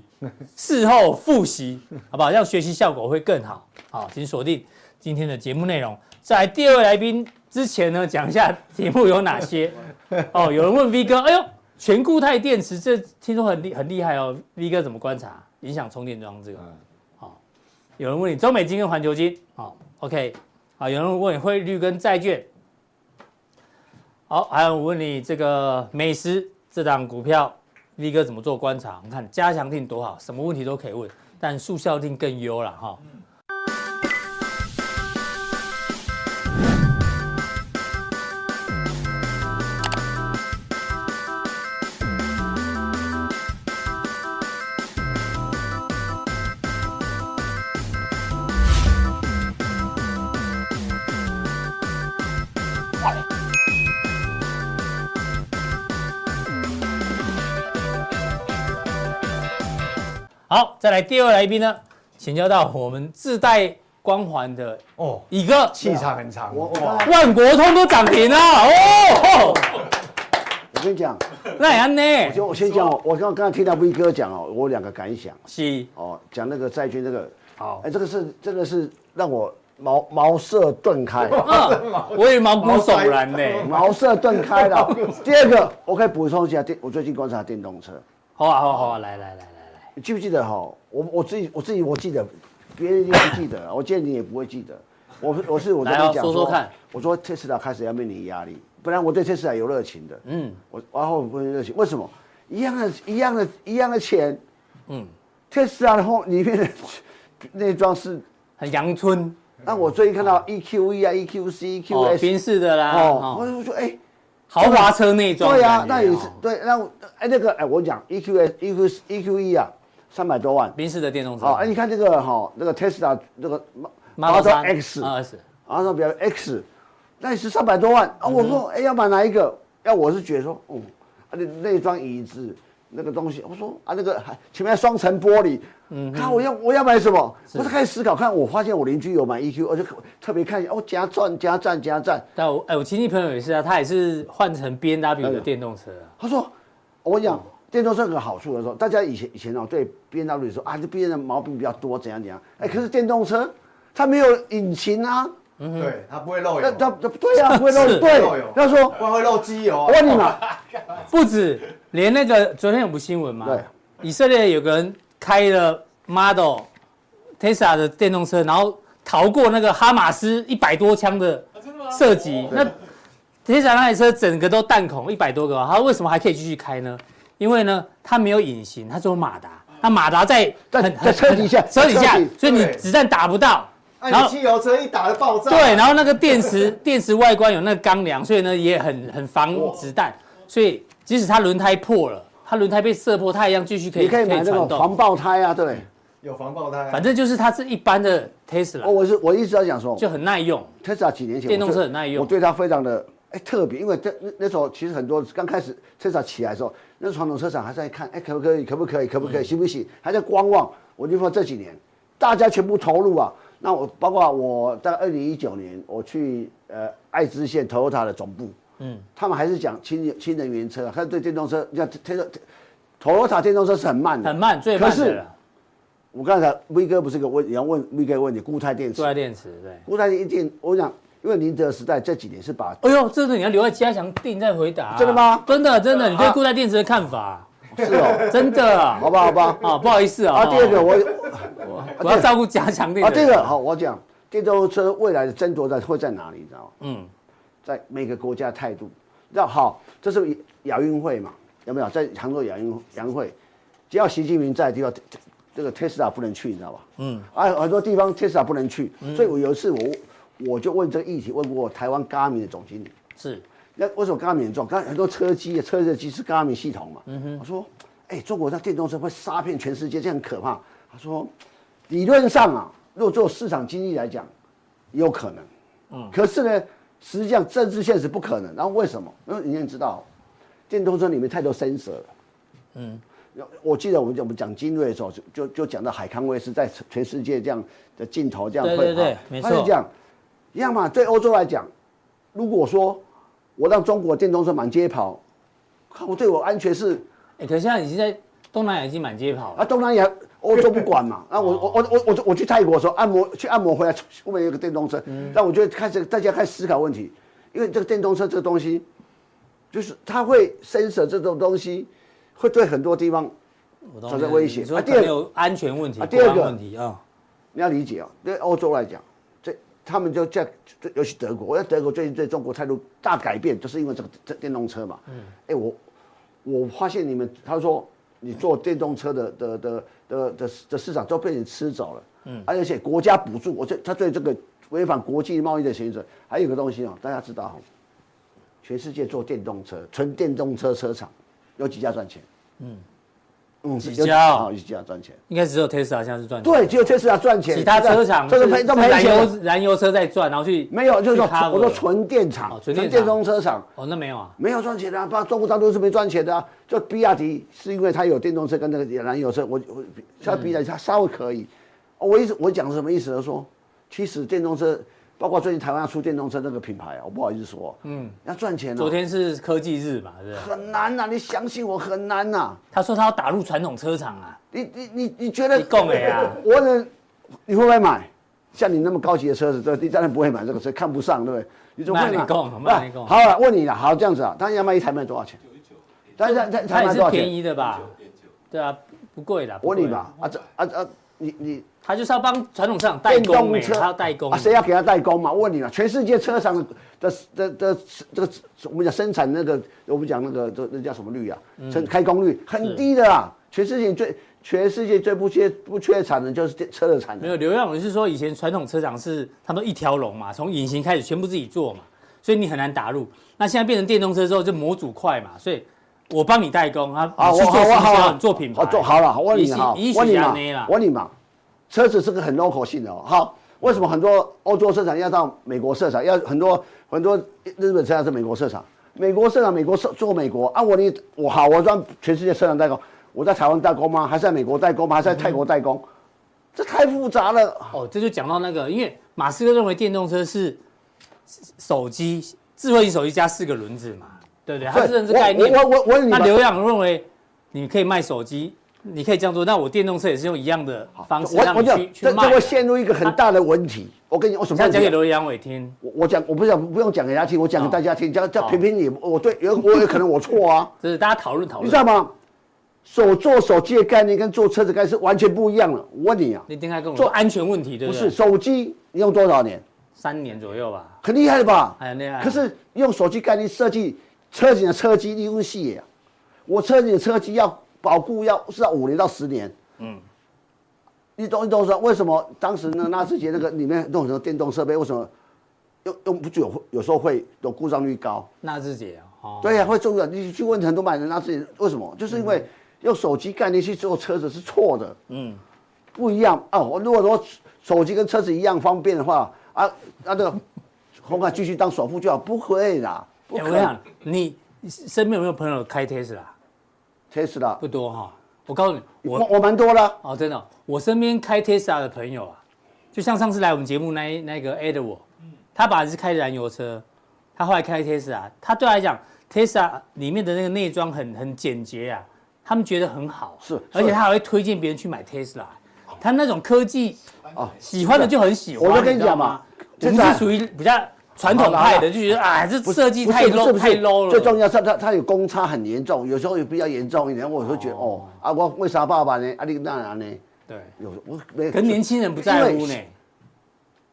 B: 事后复习，好不好？让学习效果会更好。好，请锁定今天的节目内容。在第二位来宾之前呢，讲一下题目有哪些。哦，有人问 V 哥，哎呦，全固态电池这听说很厉很厉害哦，V 哥怎么观察影响充电桩这个？好，有人问你中美金跟环球金，好，OK，好，有人问你汇率跟债券。好，还有我问你这个美食这档股票 V 哥怎么做观察？你看加强定多好，什么问题都可以问，但速效定更优了哈。好，再来第二位来宾呢，请教到我们自带光环的
C: 哦，
B: 乙哥，
C: 气场很长。
D: 我我
C: 哇
D: 刚才
B: 万国通都涨停了哦。
D: 我跟你讲，
B: 那也安
D: 我
B: 呢？
D: 就我先讲哦，我刚刚才听到 V 哥讲哦，我有两个感想
B: 是
D: 哦，讲那个债券这个，
B: 好
D: 哎，这个是真的是让我茅茅塞顿开，
B: 啊，我也毛骨悚然呢。
D: 茅塞顿开了。第二个，我可以补充一下电，我最近观察电动车，
B: 好啊，好啊，好啊，来来来来来，
D: 你记不记得哈？我我自己我自己我记得，别人也不记 得，我见你也不会记得。我不我是我在
B: 来
D: 跟
B: 哦
D: 你讲
B: 说说看，
D: 我说特斯拉开始要面临压力，本来我对特斯拉有热情的，嗯，我然后我不热情，为什么？一样的一样的一样的钱，嗯，特斯拉的后里面的 那装饰，
B: 很阳春
D: 那我最近看到 EQE 啊、EQC、
B: 哦，宾
D: EQS
B: 士的啦，
D: 哦，
B: 哦，
D: 我就说哎。
B: 豪华车内装的
D: 对
B: 感
D: 啊
B: 觉。，
D: 那也是
B: 哦
D: 对，那我哎那个哎，我讲 EQS、EQ、EQE 啊，三百多万。
B: 宾士的电动车。
D: 好，哎，你看这个哈，那个 Tesla 那个
B: Model
D: 3
B: 3
D: X，
B: 啊
D: 然
B: S，
D: 后比较 X，那也是三百多万啊。我说哎，要买哪一个？要我是觉得说，哦，啊那那张椅子那个东西，我说啊那个还前面还双层玻璃，嗯，看我要我要买什么？我就开始思考，看我发现我邻居有买 EQ，我就特别看一下，哦，加赞加赞加赞。
B: 但我哎，我亲戚朋友也是啊，他也是换成 B N
D: 哎
B: W 的电动车啊。
D: 他说，哦我跟
B: 嗯
D: 你讲，电动车有个好处的时候，大家以前以前哦对 B N W 说啊，这 B N 的毛病比较多，怎样怎样。哎，可是电动车它没有引擎啊，
B: 嗯
H: 对，它不会漏
D: 那
H: 油，
D: 它它 对呀、啊，不会漏
B: 哦是哦
H: 漏油
D: 对。他说，
H: 不然会漏机油
D: 我
H: 啊。
D: 问你嘛，
B: 不止，连那个昨天有不新闻嘛？
D: 对，
B: 以色列有个人开了 Model Tesla 的电动车，然后逃过那个哈马斯一百多枪的射
D: 哦
B: 击。那 Tesla 那台车整个都弹孔一百多个啊，他为什么还可以继续开呢？因为呢，它没有隐形，它只有马达，那马达在
D: 在
B: 很
D: 在车底下
B: 很车底下
D: 车底，
B: 所以你
H: 对
B: 子弹打不到。
H: 那你汽油车一打就爆炸。
B: 对，然后那个电池 电池外观有那个钢梁，所以呢也很很防子弹，所以即使它轮胎破了，它轮胎被射破，它一样继 续可以
D: 你可以买那
B: 传
D: 个防
B: 动。
D: 爆胎啊，对不对？
H: 有防爆胎。啊
B: 反正就是它是一般的 Tesla，、
D: 哦，我是我一直在讲说
B: 就很耐用。
D: ，Tesla 几年前我
B: 电动车
D: 对
B: 很耐用
D: 我对它非常的。哎，特别，因为这那那时候其实很多刚开始 Tesla 起来的时候，那传统车厂还在看，哎，可不可以，可不可以，可不
B: 嗯
D: 可以，行不行，还在观望。我就说这几年大家全部投入啊，那我包括我在二零一九年我去呃爱知县 Toyota 的总部，嗯，他们还是讲氢氢能源车，他对电动车，像 Tesla Toyota 电动车是很慢的，
B: 很慢，最慢
D: 可
B: 的
D: 是
B: 了，
D: 我刚才 V 哥不是个问，你要问 V 哥问你固态电池
B: 坐，在电池对。
D: 固态一定，我想，因为宁德时代这几年是把
B: 哎呦，这个你要留在嘉祥定再回答、
D: 真的吗
B: 真的真的，你对固态电池的看法、
D: 是哦，
B: 真的啊？
D: 好吧好 吧。
B: 啊，不好意思啊。
D: 啊，第二个
B: 哦
D: 我
B: 我要照顾嘉祥定
D: 啊，
B: 的
D: 这个好，我讲电动车未来的争夺战会在哪里？你知道吗？
B: 嗯，
D: 在每个国家的态度。那好，这是亚运会嘛？有没有在杭州亚运亚运会？只要习近平在的地方，这这这个 Tesla 不能去，你知道吧？嗯，啊，很多地方 Tesla 不能去，
B: 嗯
D: 所以我有一次我我就问这个议题，问过台湾 Garmin 的总经理，
B: 是
D: 那为什么 Garmin 很重要？刚很多车机啊，车的机是 Garmin 系统嘛。嗯哼。我说，哎、中国那电动车会杀遍全世界，这样很可怕。他说，理论上啊，如果做市场经济来讲，有可能。嗯。可是呢，实际上政治现实不可能。然后为什么？因为你也知道，电动车里面太多 sensor 了。嗯。我记得我们讲我们讲精锐的时候，就就就讲到海康威视在全世界这样的镜头这样
B: 对
D: 会
B: 对对
D: 跑
B: 没
D: 他就
B: 错
D: 讲，一样嘛，对欧洲来讲，如果说我让中国电动车满街跑，看我对我安全是
B: 哎、可是现在已经在东南亚已经满街跑了
D: 啊，。东南亚、欧洲不管嘛。那我我我我我我去泰国的时候按摩去按摩回来，后面有个电动车，那我就开始大家开始思考问题，因为这个电动车这个东西，就是它会 sensor 这种东西，会对很多地方
B: 我懂
D: 存
B: 你
D: 在
B: 的
D: 威
B: 意
D: 胁
B: 思你说
D: 啊
B: 可
D: 第二
B: 能有安全问题、国
D: 啊第二
B: 安
D: 个
B: 问题啊。
D: 你要理解啊、对欧洲来讲，这他们就在，最尤其德国，我在德国最近对中国态度大改变，就是因为这个这电动车嘛。嗯。哎、我我发现你们，他说你做电动车的的的的的的市场都被你吃走了。嗯。而且国家补助，我这他对这个违反国际贸易的行者，还有一个东西哦，大家知道哦，全世界做电动车、纯电动车车厂有几家赚钱？嗯。嗯，
B: 几
D: 有
B: 家哦
D: 好，有几家赚钱？
B: 应该只有 Tesla 现在是赚钱，
D: 对，只有特斯拉赚钱，
B: 其他车厂
D: 这
B: 是
D: 是赔都
B: 是
D: 赔
B: 燃
D: 钱。
B: 油燃油车在赚，然后去
D: 没有，就
B: 去
D: 是说
B: cover
D: 我说纯电厂
B: 哦、纯
D: 纯
B: 电厂
D: 电动车厂
B: 哦，那没有啊，
D: 没有赚钱的、啊，不然中国大陆是没赚钱的、啊。就比亚迪是因为它有电动车跟那个燃油车，我我像比亚迪它稍微可以。哦我一直我讲什么意思呢？说其实电动车，包括最近台湾要出电动车那个品牌啊，我不好意思说，嗯，要赚钱、啊，
B: 昨天是科技日嘛，对不对？
D: 很难呐、啊你相信我很难呐、
B: 他说他要打入传统车厂啊，
D: 你你你你觉得
B: 你讲的啊
D: 我能你会不会买？像你那么高级的车子，对，你当然不会买这个车，看不上，对不对？你怎么会
B: 那
D: 买啊
B: 你讲那你讲
D: 好了，问你了，好这样子啊，当然要卖一台卖多少钱？但是它它
B: 它
D: 它
B: 也
D: 卖
B: 是
D: 多少
B: 便
D: 钱？
B: 宜的吧？对啊，不贵啦。不
D: 我
B: 贵
D: 问你吧，，啊这啊啊，你你
B: 他就是要帮传统上代工美，他要代工欸
D: 啊，。谁要给他代工嘛？我问你了，全世界车商的的的的这个我们讲生产那个，我们讲那个这那叫什么率啊？
B: 嗯
D: 生开工率很低的啦，全世界最全世界最不缺不缺产的就是这车的产
B: 没
D: 能。
B: 有刘耀荣是说，以前传统车厂是他们都一条龙嘛，从引擎开始全部自己做嘛，所以你很难打入。那现在变成电动车之后，就模组快嘛，所以我帮你代工啊，
D: 啊，
B: 你去
D: 我好
B: 做
D: 我
B: 行
D: 好
B: 销，
D: 啊
B: 你做品牌。
D: 我做好了，我问你哈，
B: 一
D: 我问你嘛
B: 啦，，
D: 我问你嘛，车子是个很 local 性的哦。好，为什么很多欧洲市场要到美国市场，要很多很多日本车要到美国市场？美国市场，美国做做美国啊！我你我好，我让全世界车厂代工，我在台湾代工吗？还是在美国代工吗？还是在泰国代工？这太复杂了。
B: 哦，这就讲到那个，因为马斯克认为电动车是手机智慧型手机加四个轮子嘛，对不对？他是认这概念。
D: 我我我我问你
B: 那
D: 嘛，
B: 刘洋认为你可以卖手机，你可以这样做，那我电动车也是用一样的方式
D: 我
B: 让
D: 我
B: 你
D: 讲
B: 去去
D: 这这
B: 卖啊
D: 会。陷入一个很大的问题。我跟你，我什
B: 你
D: 么
B: 要
D: 问题
B: 讲给
D: 啊？
B: 刘杨伟听，
D: 我我讲，我不想不用讲给大家听，我
B: 哦
D: 讲给大家听，这样这样
B: 好
D: 评评你，我对有我有可能我错啊。
B: 这是大家讨论讨
D: 你知道
B: 论。
D: 吗？手做手机的概念跟做车子概念是完全不一样的。我问你啊，
B: 你听他跟我说
D: 做
B: 安全问题，对
D: 不
B: 不
D: 是
B: 对？
D: 手机你用多少年，
B: 三年左右吧，
D: 很厉害的吧？
B: 哎很厉害
D: 可是用手机概念设计车型的车机利用视野啊，我车型的车机要保护要至少五年到十年。嗯，你懂你懂我说为什么当时呢？纳智捷那个里面弄很多电动设备，为什么用用不久有时候会有故障率高？
B: 纳智捷哦，
D: 对呀、会中的。你去问很多买人，他自己为什么？就是因为
B: 嗯
D: 用手机概念去做车子是错的，嗯，不一样啊。我如果说手机跟车子一样方便的话，啊，那这个红海继续当首富就好，不会啦，不
B: 哎
D: 可
B: 我
D: 能
B: 想。你身边有没有朋友开 Tesla？
D: Tesla，
B: 不多哈，我告诉你，我
D: 我我蛮多的，
B: 哦，真的哦、我身边开 Tesla 的朋友啊，就像上次来我们节目那一那个 Edward，他本来是开燃油车，他后来开 Tesla，他对他来讲，Tesla 里面的那个内装很很简洁啊，他们觉得很好，啊
D: 是
B: 而且
D: 是
B: 他还会推荐别人去买 Tesla，他啊那种科技啊，喜欢的就很喜欢，
D: 哦我就跟你
B: 知道
D: 讲嘛
B: 吗，我们
D: Tesla-
B: 是属于比较传统
D: 好啦
B: 派
D: 好
B: 的，
D: 啦
B: 就觉得啊，这
D: 不是
B: 设计
D: 不是
B: 太
D: 不是
B: low
D: 不是
B: 太 low 了，
D: 最重要是它它有公差很严重，有时候也比较严重一点，我会觉得哦啊，我为啥爸爸呢？啊，你那样呢？
B: 对，
D: 有我没
B: 可是年轻人不在
D: 因
B: 乎
D: 为
B: 呢，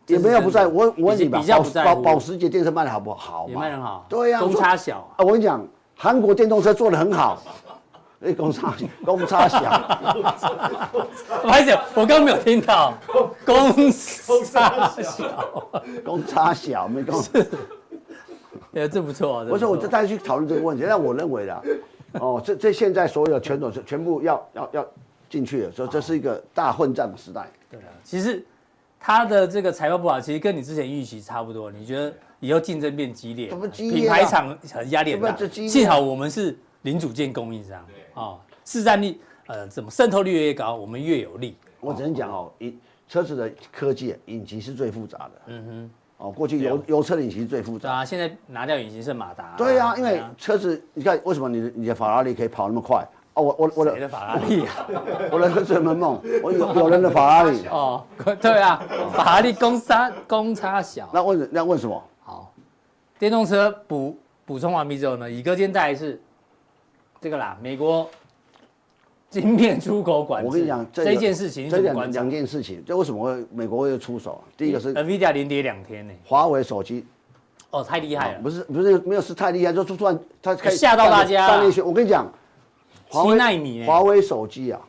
D: 也没有不在乎。我我问
B: 比
D: 你
B: 较
D: 吧
B: 比较，不在
D: 保保
B: 乎
D: 保时捷电车卖的好不好嘛？
B: 也卖得很好
D: 对呀、
B: 公差小
D: 啊，我跟你讲，韩国电动车做的很好。哎，公差公差小，
B: 不好意思，我刚刚没有听 到，公司大小，
D: 公差小，没公。
B: 哎，这不错，
D: 我说我就
B: 大
D: 大家去讨论这个问题，但我认为啦，哦，这这现在所有全都全部要要要进去了，所以这是一个大混战的时代。
B: 对了，其实他的这个财报不好，其实跟你之前预期差不多。你觉得以后竞争变激烈，
D: 怎么激烈啊
B: 品牌厂很压力很大
D: 怎么这激烈。啊
B: 幸好我们是零组件供应商，哦，市占率呃怎么渗透率越高，我们越有利。
D: 我只能讲哦，引车子的科技引擎是最复杂的。嗯哼。哦，过去
B: 啊
D: 油油车的引擎是最复杂
B: 对
D: 的。
B: 啊，现在拿掉引擎剩马达啊。
D: 对呀、因为车子，你看为什么你的你的法拉利可以跑那么快？哦，我我我
B: 谁的
D: 的
B: 法拉利啊？
D: 我的车子很猛，我有有人的法拉 利，
B: 哦，对啊，法拉利公差公差小。
D: 那问那问什么？
B: 好，电动车补补充完毕之后呢，乙哥今天带来是这个啦，美国晶片出口管制。
D: 我跟你讲，
B: 这件事情，
D: 这
B: 这
D: 两两件事情，这为什么会美国会出手？第一个是
B: NVIDIA 连跌两天呢，
D: 华为手机，啊
B: 哦，太厉害了，
D: 不是不是没有是太厉害，就突然它开始
B: 吓到大家啊嗯
D: 上那些，我跟你讲，华
B: 七纳
D: 为
B: 米
D: 华
B: 呢，
D: 为手机啊，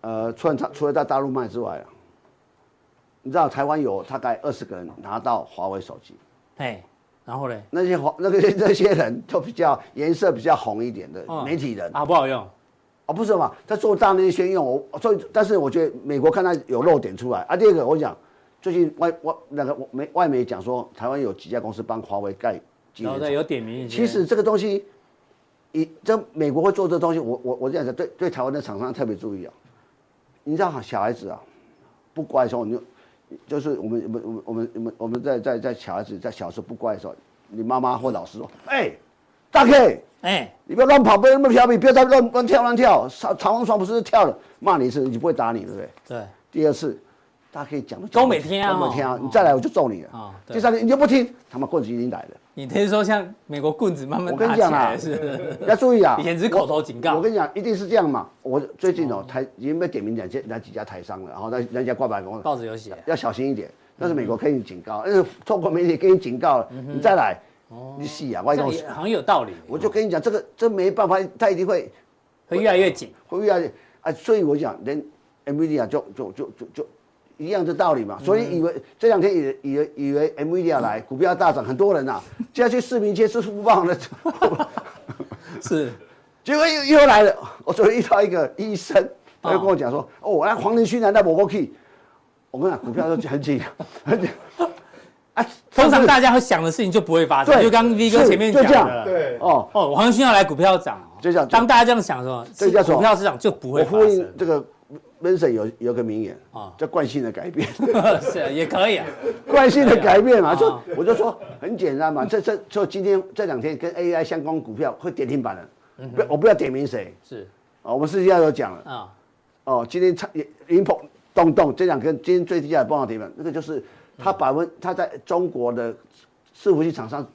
D: 呃，除了它除了在大陆卖之外啊，你知道台湾有大概二十个人拿到华为手机。
B: 哎，然后嘞，
D: 那些黄 那个那些人都比较颜色比较红一点的
B: 嗯
D: 媒体人啊、哦
B: 啊，不好用，
D: 不是嘛？他做大那些宣用，我所以但是我觉得美国看他有漏点出来啊。第二个我讲，最近外外那个我媒外媒讲说，台湾有几家公司帮华为盖晶
B: 然后
D: 圆
B: 再
D: 厂。
B: 哦有点名一些，
D: 其实这个东西，以这美国会做这东西，我我我这样讲，对对台湾的厂商特别注意啊。你知道小孩子啊，不乖的时候，你就就是我们我们我们我们我们在在在小孩子在小时候不乖的时候，你妈妈或老师说：“哎、大 K，
B: 哎，
D: 你不要乱跑，不要那么飘你不要再乱乱跳乱跳，长长风床不是跳了，骂你一次，你不会打你，对不对？
B: 对，
D: 第二次，大家可以讲
B: 都没听啊
D: 都没听啊
B: 哦！
D: 你再来我就揍你
B: 哦
D: 了。
B: 对
D: 第三天你就不听，他妈棍子已经来了。
B: 你听说像美国棍子慢慢
D: 我跟
B: 打
D: 你
B: 起
D: 讲啊
B: 来 是？
D: 要注意啊！
B: 以前只是口头警告
D: 我我跟你讲，一定是这样嘛。我最近哦，台已经被点名两家哪几家台商了，然后那那家挂牌公司
B: 报嗯纸有写
D: 要小心一点。但是美国给你警告，但是透过媒体给你警告了，你再来，你戏啊！我
B: 好像
D: 跟
B: 嗯
D: 你
B: 也
D: 讲
B: 好像有道理，
D: 我就跟你讲，这个这没办法，他一定会
B: 会越来越 紧。
D: 会越来越啊，所以我讲人 NVIDIA 就就就就就一样的道理嘛。所以以为这两天以为以为以为 NVIDIA 来股票大涨，很多人呐、啊，现在去市民街吃富棒了，
B: 是，
D: 结果又又来了。我昨天遇到一个医生，他就跟我讲说，哦，我那黄仁勋来到某个 key，我跟你讲，股票都很紧，很紧啊，
B: 通常大家会想的事情就不会发生，
D: 对
B: 就刚刚 V 哥
D: 是
B: 前面
D: 就
B: 讲
D: 这样
B: 的，
H: 对，
D: 哦，
B: 哦，黄仁勋要来，股票涨哦，
D: 就这样就
B: 当大家这样想的时候，
D: 这个叫什么
B: 股票市场就不
D: 我
B: 会发
D: 呼应
B: 生。
D: 这个 Vincent 有有个名言
B: 啊
D: 啊，叫惯性的改变。
B: 是啊也可以啊，
D: 惯性的改变嘛，
B: 啊
D: 就我就说很简单嘛，这这就今天这两天跟 AI 相关股票会跌停板的，
B: 嗯
D: 不要我不要点名谁
B: 是
D: 啊，我们私底下有讲了
B: 啊，
D: 哦，今天差云鹏动动这两根今天最低价的爆涨停板，那个就是它百分它在中国的伺服器厂商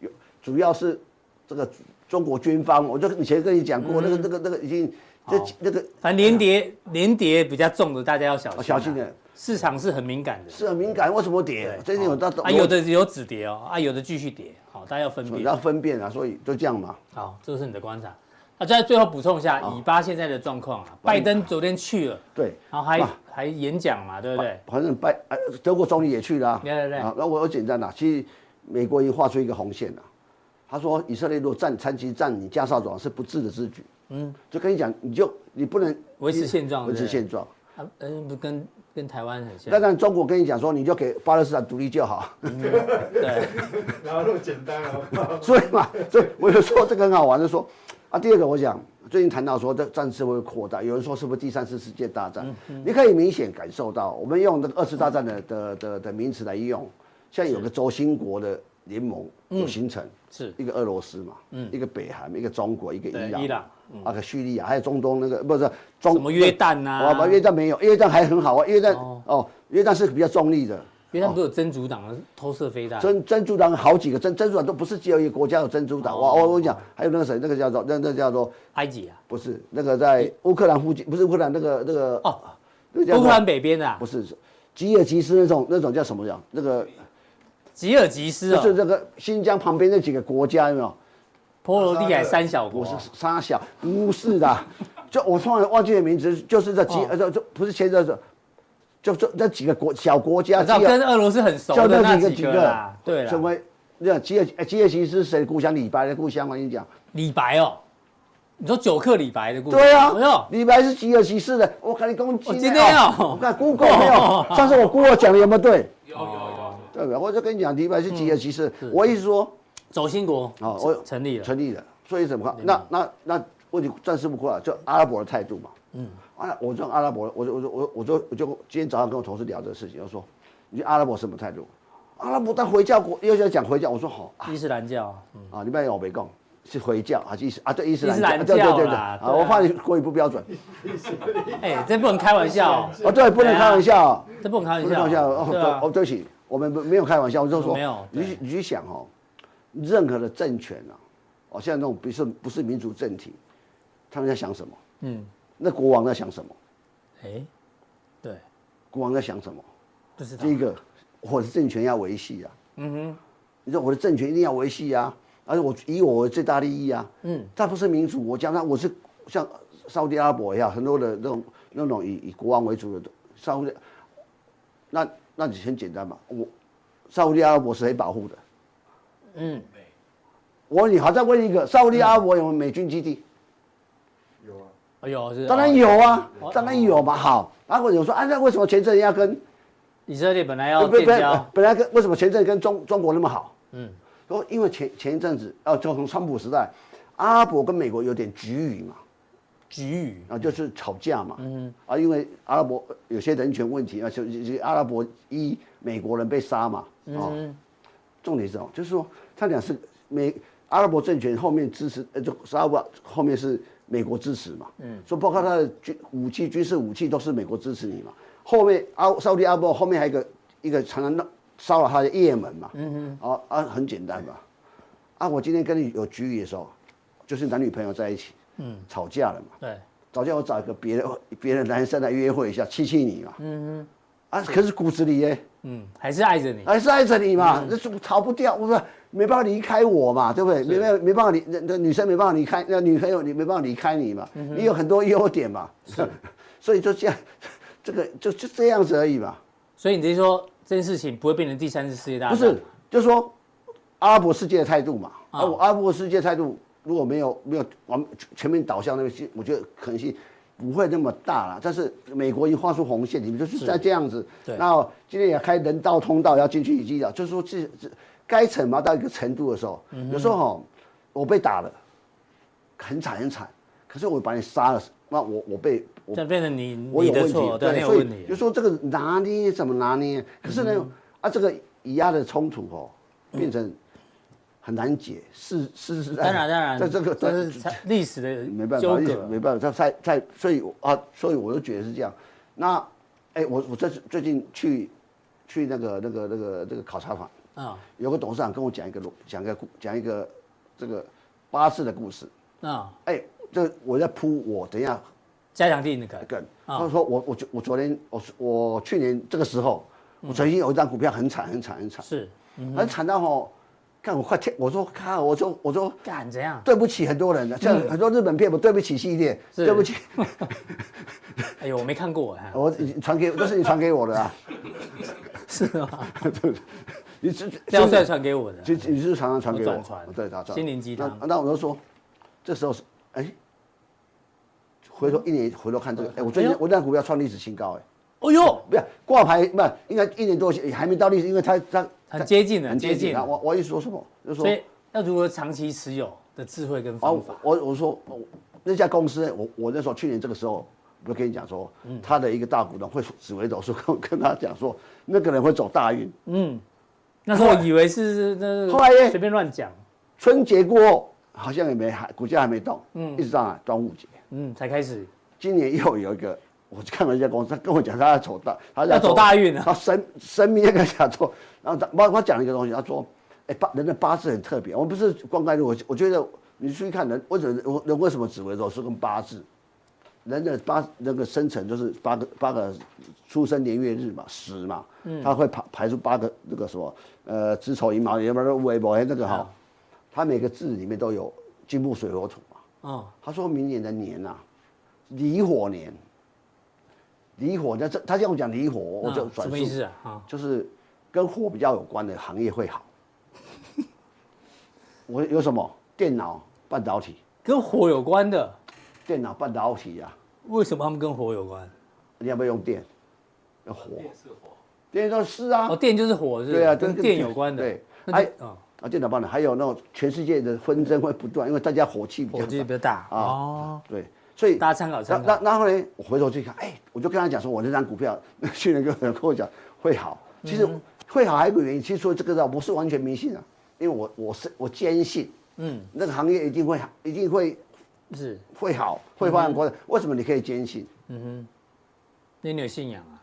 D: 有主要是这个中国军方，我就以前跟你讲
B: 嗯
D: 过那个那个那个已经这
B: 哦
D: 那个
B: 反正连跌连跌比较重的，大家要小心啊
D: 哦小心点，
B: 市场是很敏感的。
D: 是很敏感，为什么跌？最近有到
B: 啊，有的有止跌哦，啊，有的继续跌，好，大家要分
D: 你
B: 辨
D: 要。分辨啊，所以就这样嘛。
B: 好，这个是你的观察。那再最后补充一下，以巴现在的状况啊，拜登昨天去了，
D: 对，
B: 然后还
D: 啊
B: 还演讲嘛，对不对？
D: 反正拜呃德国总理也去了、啊，
B: 对对对
D: 啊，那我有简单啦、其实美国已经画出一个红线了、他说以色列如果战长期占你加沙走廊是不智的之举，嗯，就跟你讲，你就你不能
B: 维持现状
D: 维
B: 对
D: 持
B: 不对
D: 现状。
B: 啊，嗯，不跟跟台湾很像
D: 那。让中国跟你讲说，你就给巴勒斯坦独立就好，
B: 对，
H: 然后那么简 单啊，
D: 所以嘛，所以我就说这个很好玩，就说啊，第二个我讲最近谈到说这战事会扩大，有人说是不是第三次世界大
B: 嗯
D: 战？你可以明显感受到，我们用那个二次大战的的的的名词来用，现在有个轴心国的联盟有形成，
B: 是嗯
D: 一个俄罗斯嘛，一个北韩，一个中国，一个伊
B: 对
D: 朗，
B: 伊朗嗯
D: 啊个叙利亚，还有中东那个不是中
B: 什么约旦啊
D: 哦不约旦没有，约旦还很好啊，约旦
B: 哦
D: 哦，约旦是比较中立的。
B: 因为他们都有真主党的偷射飞弹，
D: 珍珍珠党好几个珍珍珠党都不是只有一个国家有珍珠
B: 哦
D: 党。我我我跟你讲，还有那个谁，那个叫做那那叫做
B: 埃及啊，
D: 不是那个在乌克兰附近，不是乌克兰那个那个
B: 哦，
D: 那个叫
B: 乌
D: 做
B: 克兰北边的啊
D: 不，是是吉尔吉斯那种那种叫什么呀？那个
B: 吉尔吉斯
D: 就是
B: 哦，
D: 那个新疆旁边那几个国家有没有？
B: 波罗的海三小国
D: 我是沙小，不 是的，就我突然忘记了名字，就是这几
B: 哦
D: 呃，就就不是前阵子，就就那几个国小国家，
B: 我知道
D: 吉尔
B: 跟俄罗斯很熟
D: 叫
B: 的
D: 那
B: 那
D: 几个
B: 几
D: 几
B: 个
D: 个
B: 啦，对
D: 什
B: 了，
D: 么那吉尔哎吉尔吉斯是谁的故乡？李白的故乡，我跟你讲。
B: 李白哦，你说九克李白的故事，
D: 对
B: 哎呦
D: 啊，李白是吉尔吉斯的，我看你攻击
B: 哦今天哦
D: 我看 Google 没有，哦上次我 Google 讲的有没有对？
I: 有有有，
D: 对不对？我就跟你讲，李白是吉尔吉斯，我意思说，
B: 轴心国
D: 啊，我
B: 嗯成立了，
D: 成立了，所以怎么看？那那那问题暂时不过来，就阿拉伯的态度嘛。嗯，啊，我讲阿拉伯，我就我就我我就我就今天早上跟我同事聊这个事情，我说，你觉得阿拉伯什么态度？阿拉伯当回教国，又要讲回教，我说好，
B: 伊斯兰教，嗯
D: 啊，你不要以为我没讲，是回教啊，伊斯啊，对伊斯兰
B: 伊斯兰
D: 啊对对
B: 教
D: 对
B: 啦
D: 对，啊，
B: 对啊
D: 我怕你国语不标准，
B: 哎，这不能开玩笑哦，
D: 哦，对，不能
B: 对啊
D: 开玩笑哦，
B: 这不能开
D: 不能开
B: 玩
D: 玩笑
B: 笑
D: 哦
B: 哦，，
D: 对
B: 对啊
D: 哦，，对不起，我们没有开玩笑，我就说
B: 没有
D: 你
B: 对
D: 去你去想哦，任何的政权啊，哦，像那种不是不是民主政体，他们在想什么？
B: 嗯，
D: 那国王在想什么？
B: 哎，对，
D: 国王在想什么？
B: 不知道
D: 第，一个，我的政权要维系啊。嗯哼，你说我的政权一定要维系啊，而且我以我为最大利益啊。
B: 嗯
D: 嗯，但不是民主国家，那我是像沙特阿拉伯也好，很多的那种那种以以国王为主的沙特，那那你很简单嘛，我沙特阿拉伯是谁保护的？
B: 嗯，
D: 我问你，好，再问一个，沙特阿拉伯有没有美军基地？
B: 哎呦，是
D: 当然，有啊，当然有嘛。好，然后有说，啊，那为什么前阵子要跟
B: 以色列本来要
D: 呃不
B: 建
D: 不
B: 交，
D: 本来跟为什么前阵跟中中国那么好？
B: 嗯
D: 嗯，说因为前前一阵子，哦、就从川普时代，阿拉伯跟美国有点局域嘛，
B: 局语
D: 啊，就是吵架嘛，嗯，啊，因为阿拉伯呃有些人权问题啊，就就就阿拉伯一美国人被杀嘛，哦，重点是哦，就是说他俩是美阿拉伯政权后面支持，呃，就沙特后面是美国支持嘛，嗯，所以包括他的军武器、军事武器都是美国支持你嘛。后面阿沙特阿伯后面还有一个一个常常闹骚扰他的也门嘛，嗯哦啊很简单嘛，啊我今天跟你有局域的时候，就是男女朋友在一起，嗯，吵架了嘛，
B: 对，
D: 吵架我找一个别的别的男生来约会一下，气气你嘛，嗯啊可是骨子里耶，哎
B: 嗯，还是爱着你，
D: 还是爱着你嘛，那、是逃不掉，我说没办法离开我嘛，对不对？没没没办法离，那那女生没办法离开，那女朋友你没办法离开你嘛，你有很多优点嘛， 所以就这样， 这个就就这样子而已嘛，
B: 所以你是说这件事情不会变成第三次世界大
D: 不
B: 战？
D: 是，就是说阿拉伯世界的态度嘛，
B: 啊
D: 啊，我阿拉伯世界态度如果没有没有往全面导向那个去，我觉得可能性不会那么大了。但是美国已经画出红线，你们就是在这样子。
B: 对
D: 那今天也开人道通道要进去已经了，就是说这这该惩罚到一个程度的时候，有时候哈，我被打了，很惨很惨，可是我把你杀了，那我我被我
B: 这样变成你
D: 我
B: 你
D: 有
B: 的
D: 问题
B: 错，，对，你有
D: 所
B: 问
D: 以
B: 题，
D: 就说这个拿捏怎么拿捏？可是呢，啊，这个以压的冲突哦，变成很难解，是是是，
B: 当 然当然，
D: 在这个
B: 这
D: 但
B: 是才历史的
D: 没办
B: 纠
D: 法，
B: 葛，
D: 没办法，在在所以我啊，所以我就觉得是这样。那哎、我我这最近去去那个那个那个那个考察团，
B: 啊
D: 有个董事长跟我讲一个讲一个故讲一个这个巴士的故事，
B: 啊，
D: 哎、这我在铺我等一下
B: 加强地那 个，
D: 梗。
B: 啊
D: 他说我我昨我昨天我我去年这个时候，我曾经有一张股票很惨很惨很惨，
B: 是嗯
D: 很惨到吼，看我快天，我说看我说我说
B: 干怎样？
D: 对不起很多人的，像很多日本片我对不起系列，
B: 嗯是
D: 对不起，
B: 哎呦，我没看过哎，
D: 我你传给这是你传给我的啊，
B: 是吗？
D: 你是
B: 廖帅传给我的，
D: 就你是常常传给我，
B: 我转传
D: 对他传
B: 心灵鸡汤
D: 那那我就说，这时候是哎，回头一年回头看这个，哎，我最
B: 哎
D: 近
B: 呦
D: 我那股票创历史新高哎。
B: 哦呦，
D: 不是挂牌，不是应该一年多前还没到历史，因为它它
B: 很接近的
D: 很接
B: 接近
D: 近。
B: 的
D: 啊！我我意思说什么？就说
B: 所以嗯要如何长期持有的智慧跟
D: 啊，
B: 方
D: 我
B: 法？
D: 我我说我那家公司，我我那时候去年这个时候，我就跟你讲说，
B: 嗯
D: 他的一个大股东会紫微斗数跟我跟他讲说，那个人会走大运。
B: 那时候我以为是那
D: 后来耶
B: 随便乱讲，
D: 春节过后好像也没还股价还没动，一直到端午节。
B: 嗯，才开始
D: 今年又有一个，我去看了一家公司，他跟我讲他要走大，他
B: 要走大运啊
D: 他神神明也跟他讲说，然后他我我讲了一个东西，他说，哎、八人的八字很特别，我们不是光看我我觉得你出去看人，我人我人为什么紫微斗数跟八字？人的八那个生辰就是八个八个出生年月日嘛，时嘛，
B: 嗯
D: 他会排排出八个那个什么呃子丑寅卯，也不是未卯那个
B: 啊
D: 哈，他每个字里面都有金木水火土嘛，
B: 哦，
D: 他说明年的年呐、啊，离火年，离火，那这他这样讲离火，我就
B: 啊什
D: 转述
B: 么意思啊？啊，
D: 就是跟火比较有关的行业会好。 我有什么电脑、半导体、
B: 跟火有关的，
D: 电脑半导体啊，
B: 为什么他们跟火有关？
D: 你要不要用电？要火，电说是啊，
B: 哦，电就是火，是不是
D: 对啊，
B: 跟
D: 跟
B: 电有关的，
D: 对，
B: 那
D: 还
B: 就哦，
D: 啊电脑半导体，还有那种全世界的纷争会不断，因为大家火气比
B: 火
D: 较
B: 就比较
D: 大，
B: 大哦，
D: 对，所以
B: 大家参考参
D: 那
B: 考
D: 那，然后呢，我回头去看，哎、我就跟他讲说，我那张股票， 去年跟我跟我讲会好，其实
B: 嗯
D: 会好还有一个原因，其实说这个倒不是完全迷信啊，因为我我是我坚信，嗯，那个行业一定会好，一定会
B: 是，
D: 会好，会
B: 嗯
D: 发扬光大。为什么你可以坚信？
B: 那你有信仰啊？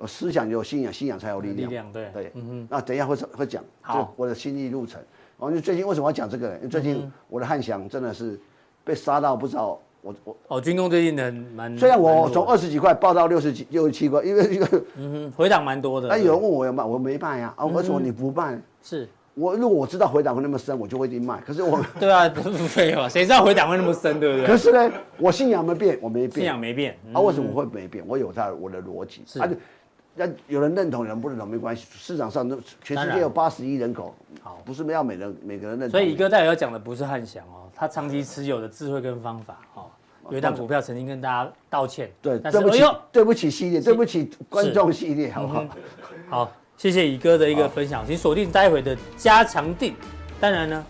D: 呃思想有信仰，信仰才有力
B: 力
D: 量。
B: 量对嗯
D: 对，那等一下会会讲，
B: 好
D: 就我的心历路程。然后就最近为什么要讲这个呢？因为最
B: 嗯
D: 近我的汉翔真的是被杀到不知道我我
B: 哦，军工最近的蛮，
D: 虽
B: 蛮
D: 然我
B: 嗯弱
D: 从二十几块报到六十几、六十七块，因为这个
B: 嗯哼回档蛮多的，
D: 那有人问我有卖，我没卖呀、啊。为什么你不卖？
B: 是，
D: 我如果我知道回档会那么深，我就会去卖。可是 我，
B: 对啊，没有啊，谁知道回档会那么深，对不
D: 可
B: 对？
D: 是呢，我信仰没变，我没变。
B: 信仰没变，嗯
D: 啊？为什么我会没变？我有它我的逻辑。
B: 是
D: 啊，那有人认同，有人不认同没关系。市场上都全
B: 当
D: 世
B: 然
D: 界有八十亿人口，
B: 好
D: 不是要每人每个人认同。
B: 所以，哥代表讲的不是汉翔哦，他长期持有的智慧跟方法哦。有一档股票曾经跟大家道歉，
D: 对，
B: 但
D: 对
B: 是
D: 不
B: 哎
D: 起
B: 呦，，嗯
D: 对不起系列，对不起观众系列，好不啊好？
B: 好，谢谢乙哥的一个分享，请锁定待会的加强定。当然呢，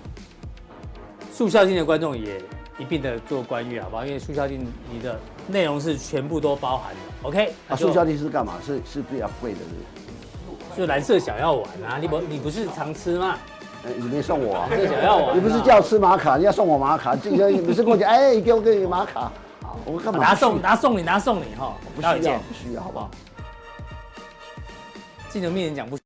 B: 速效定的观众也一并的做关阅，好不好？因为速效定你的内容是全部都包含的。OK，
D: 啊，
B: 那
D: 速
B: 就
D: 效力是干嘛？是是比较贵的，是不
B: 就蓝色小药丸啊，你不你不是常吃吗？
D: 是？哎 你没送我啊？
B: 蓝色小药丸啊，
D: 你不是叫吃玛卡，你要送我玛卡，自己在你不是跟我讲，哎，哦给我给你玛卡，我干嘛不去？
B: 拿送拿送你拿送你哈，
D: 不
B: 待会
D: 需要
B: 见。
D: 不需要，好不好？
B: 好镜头面前讲不。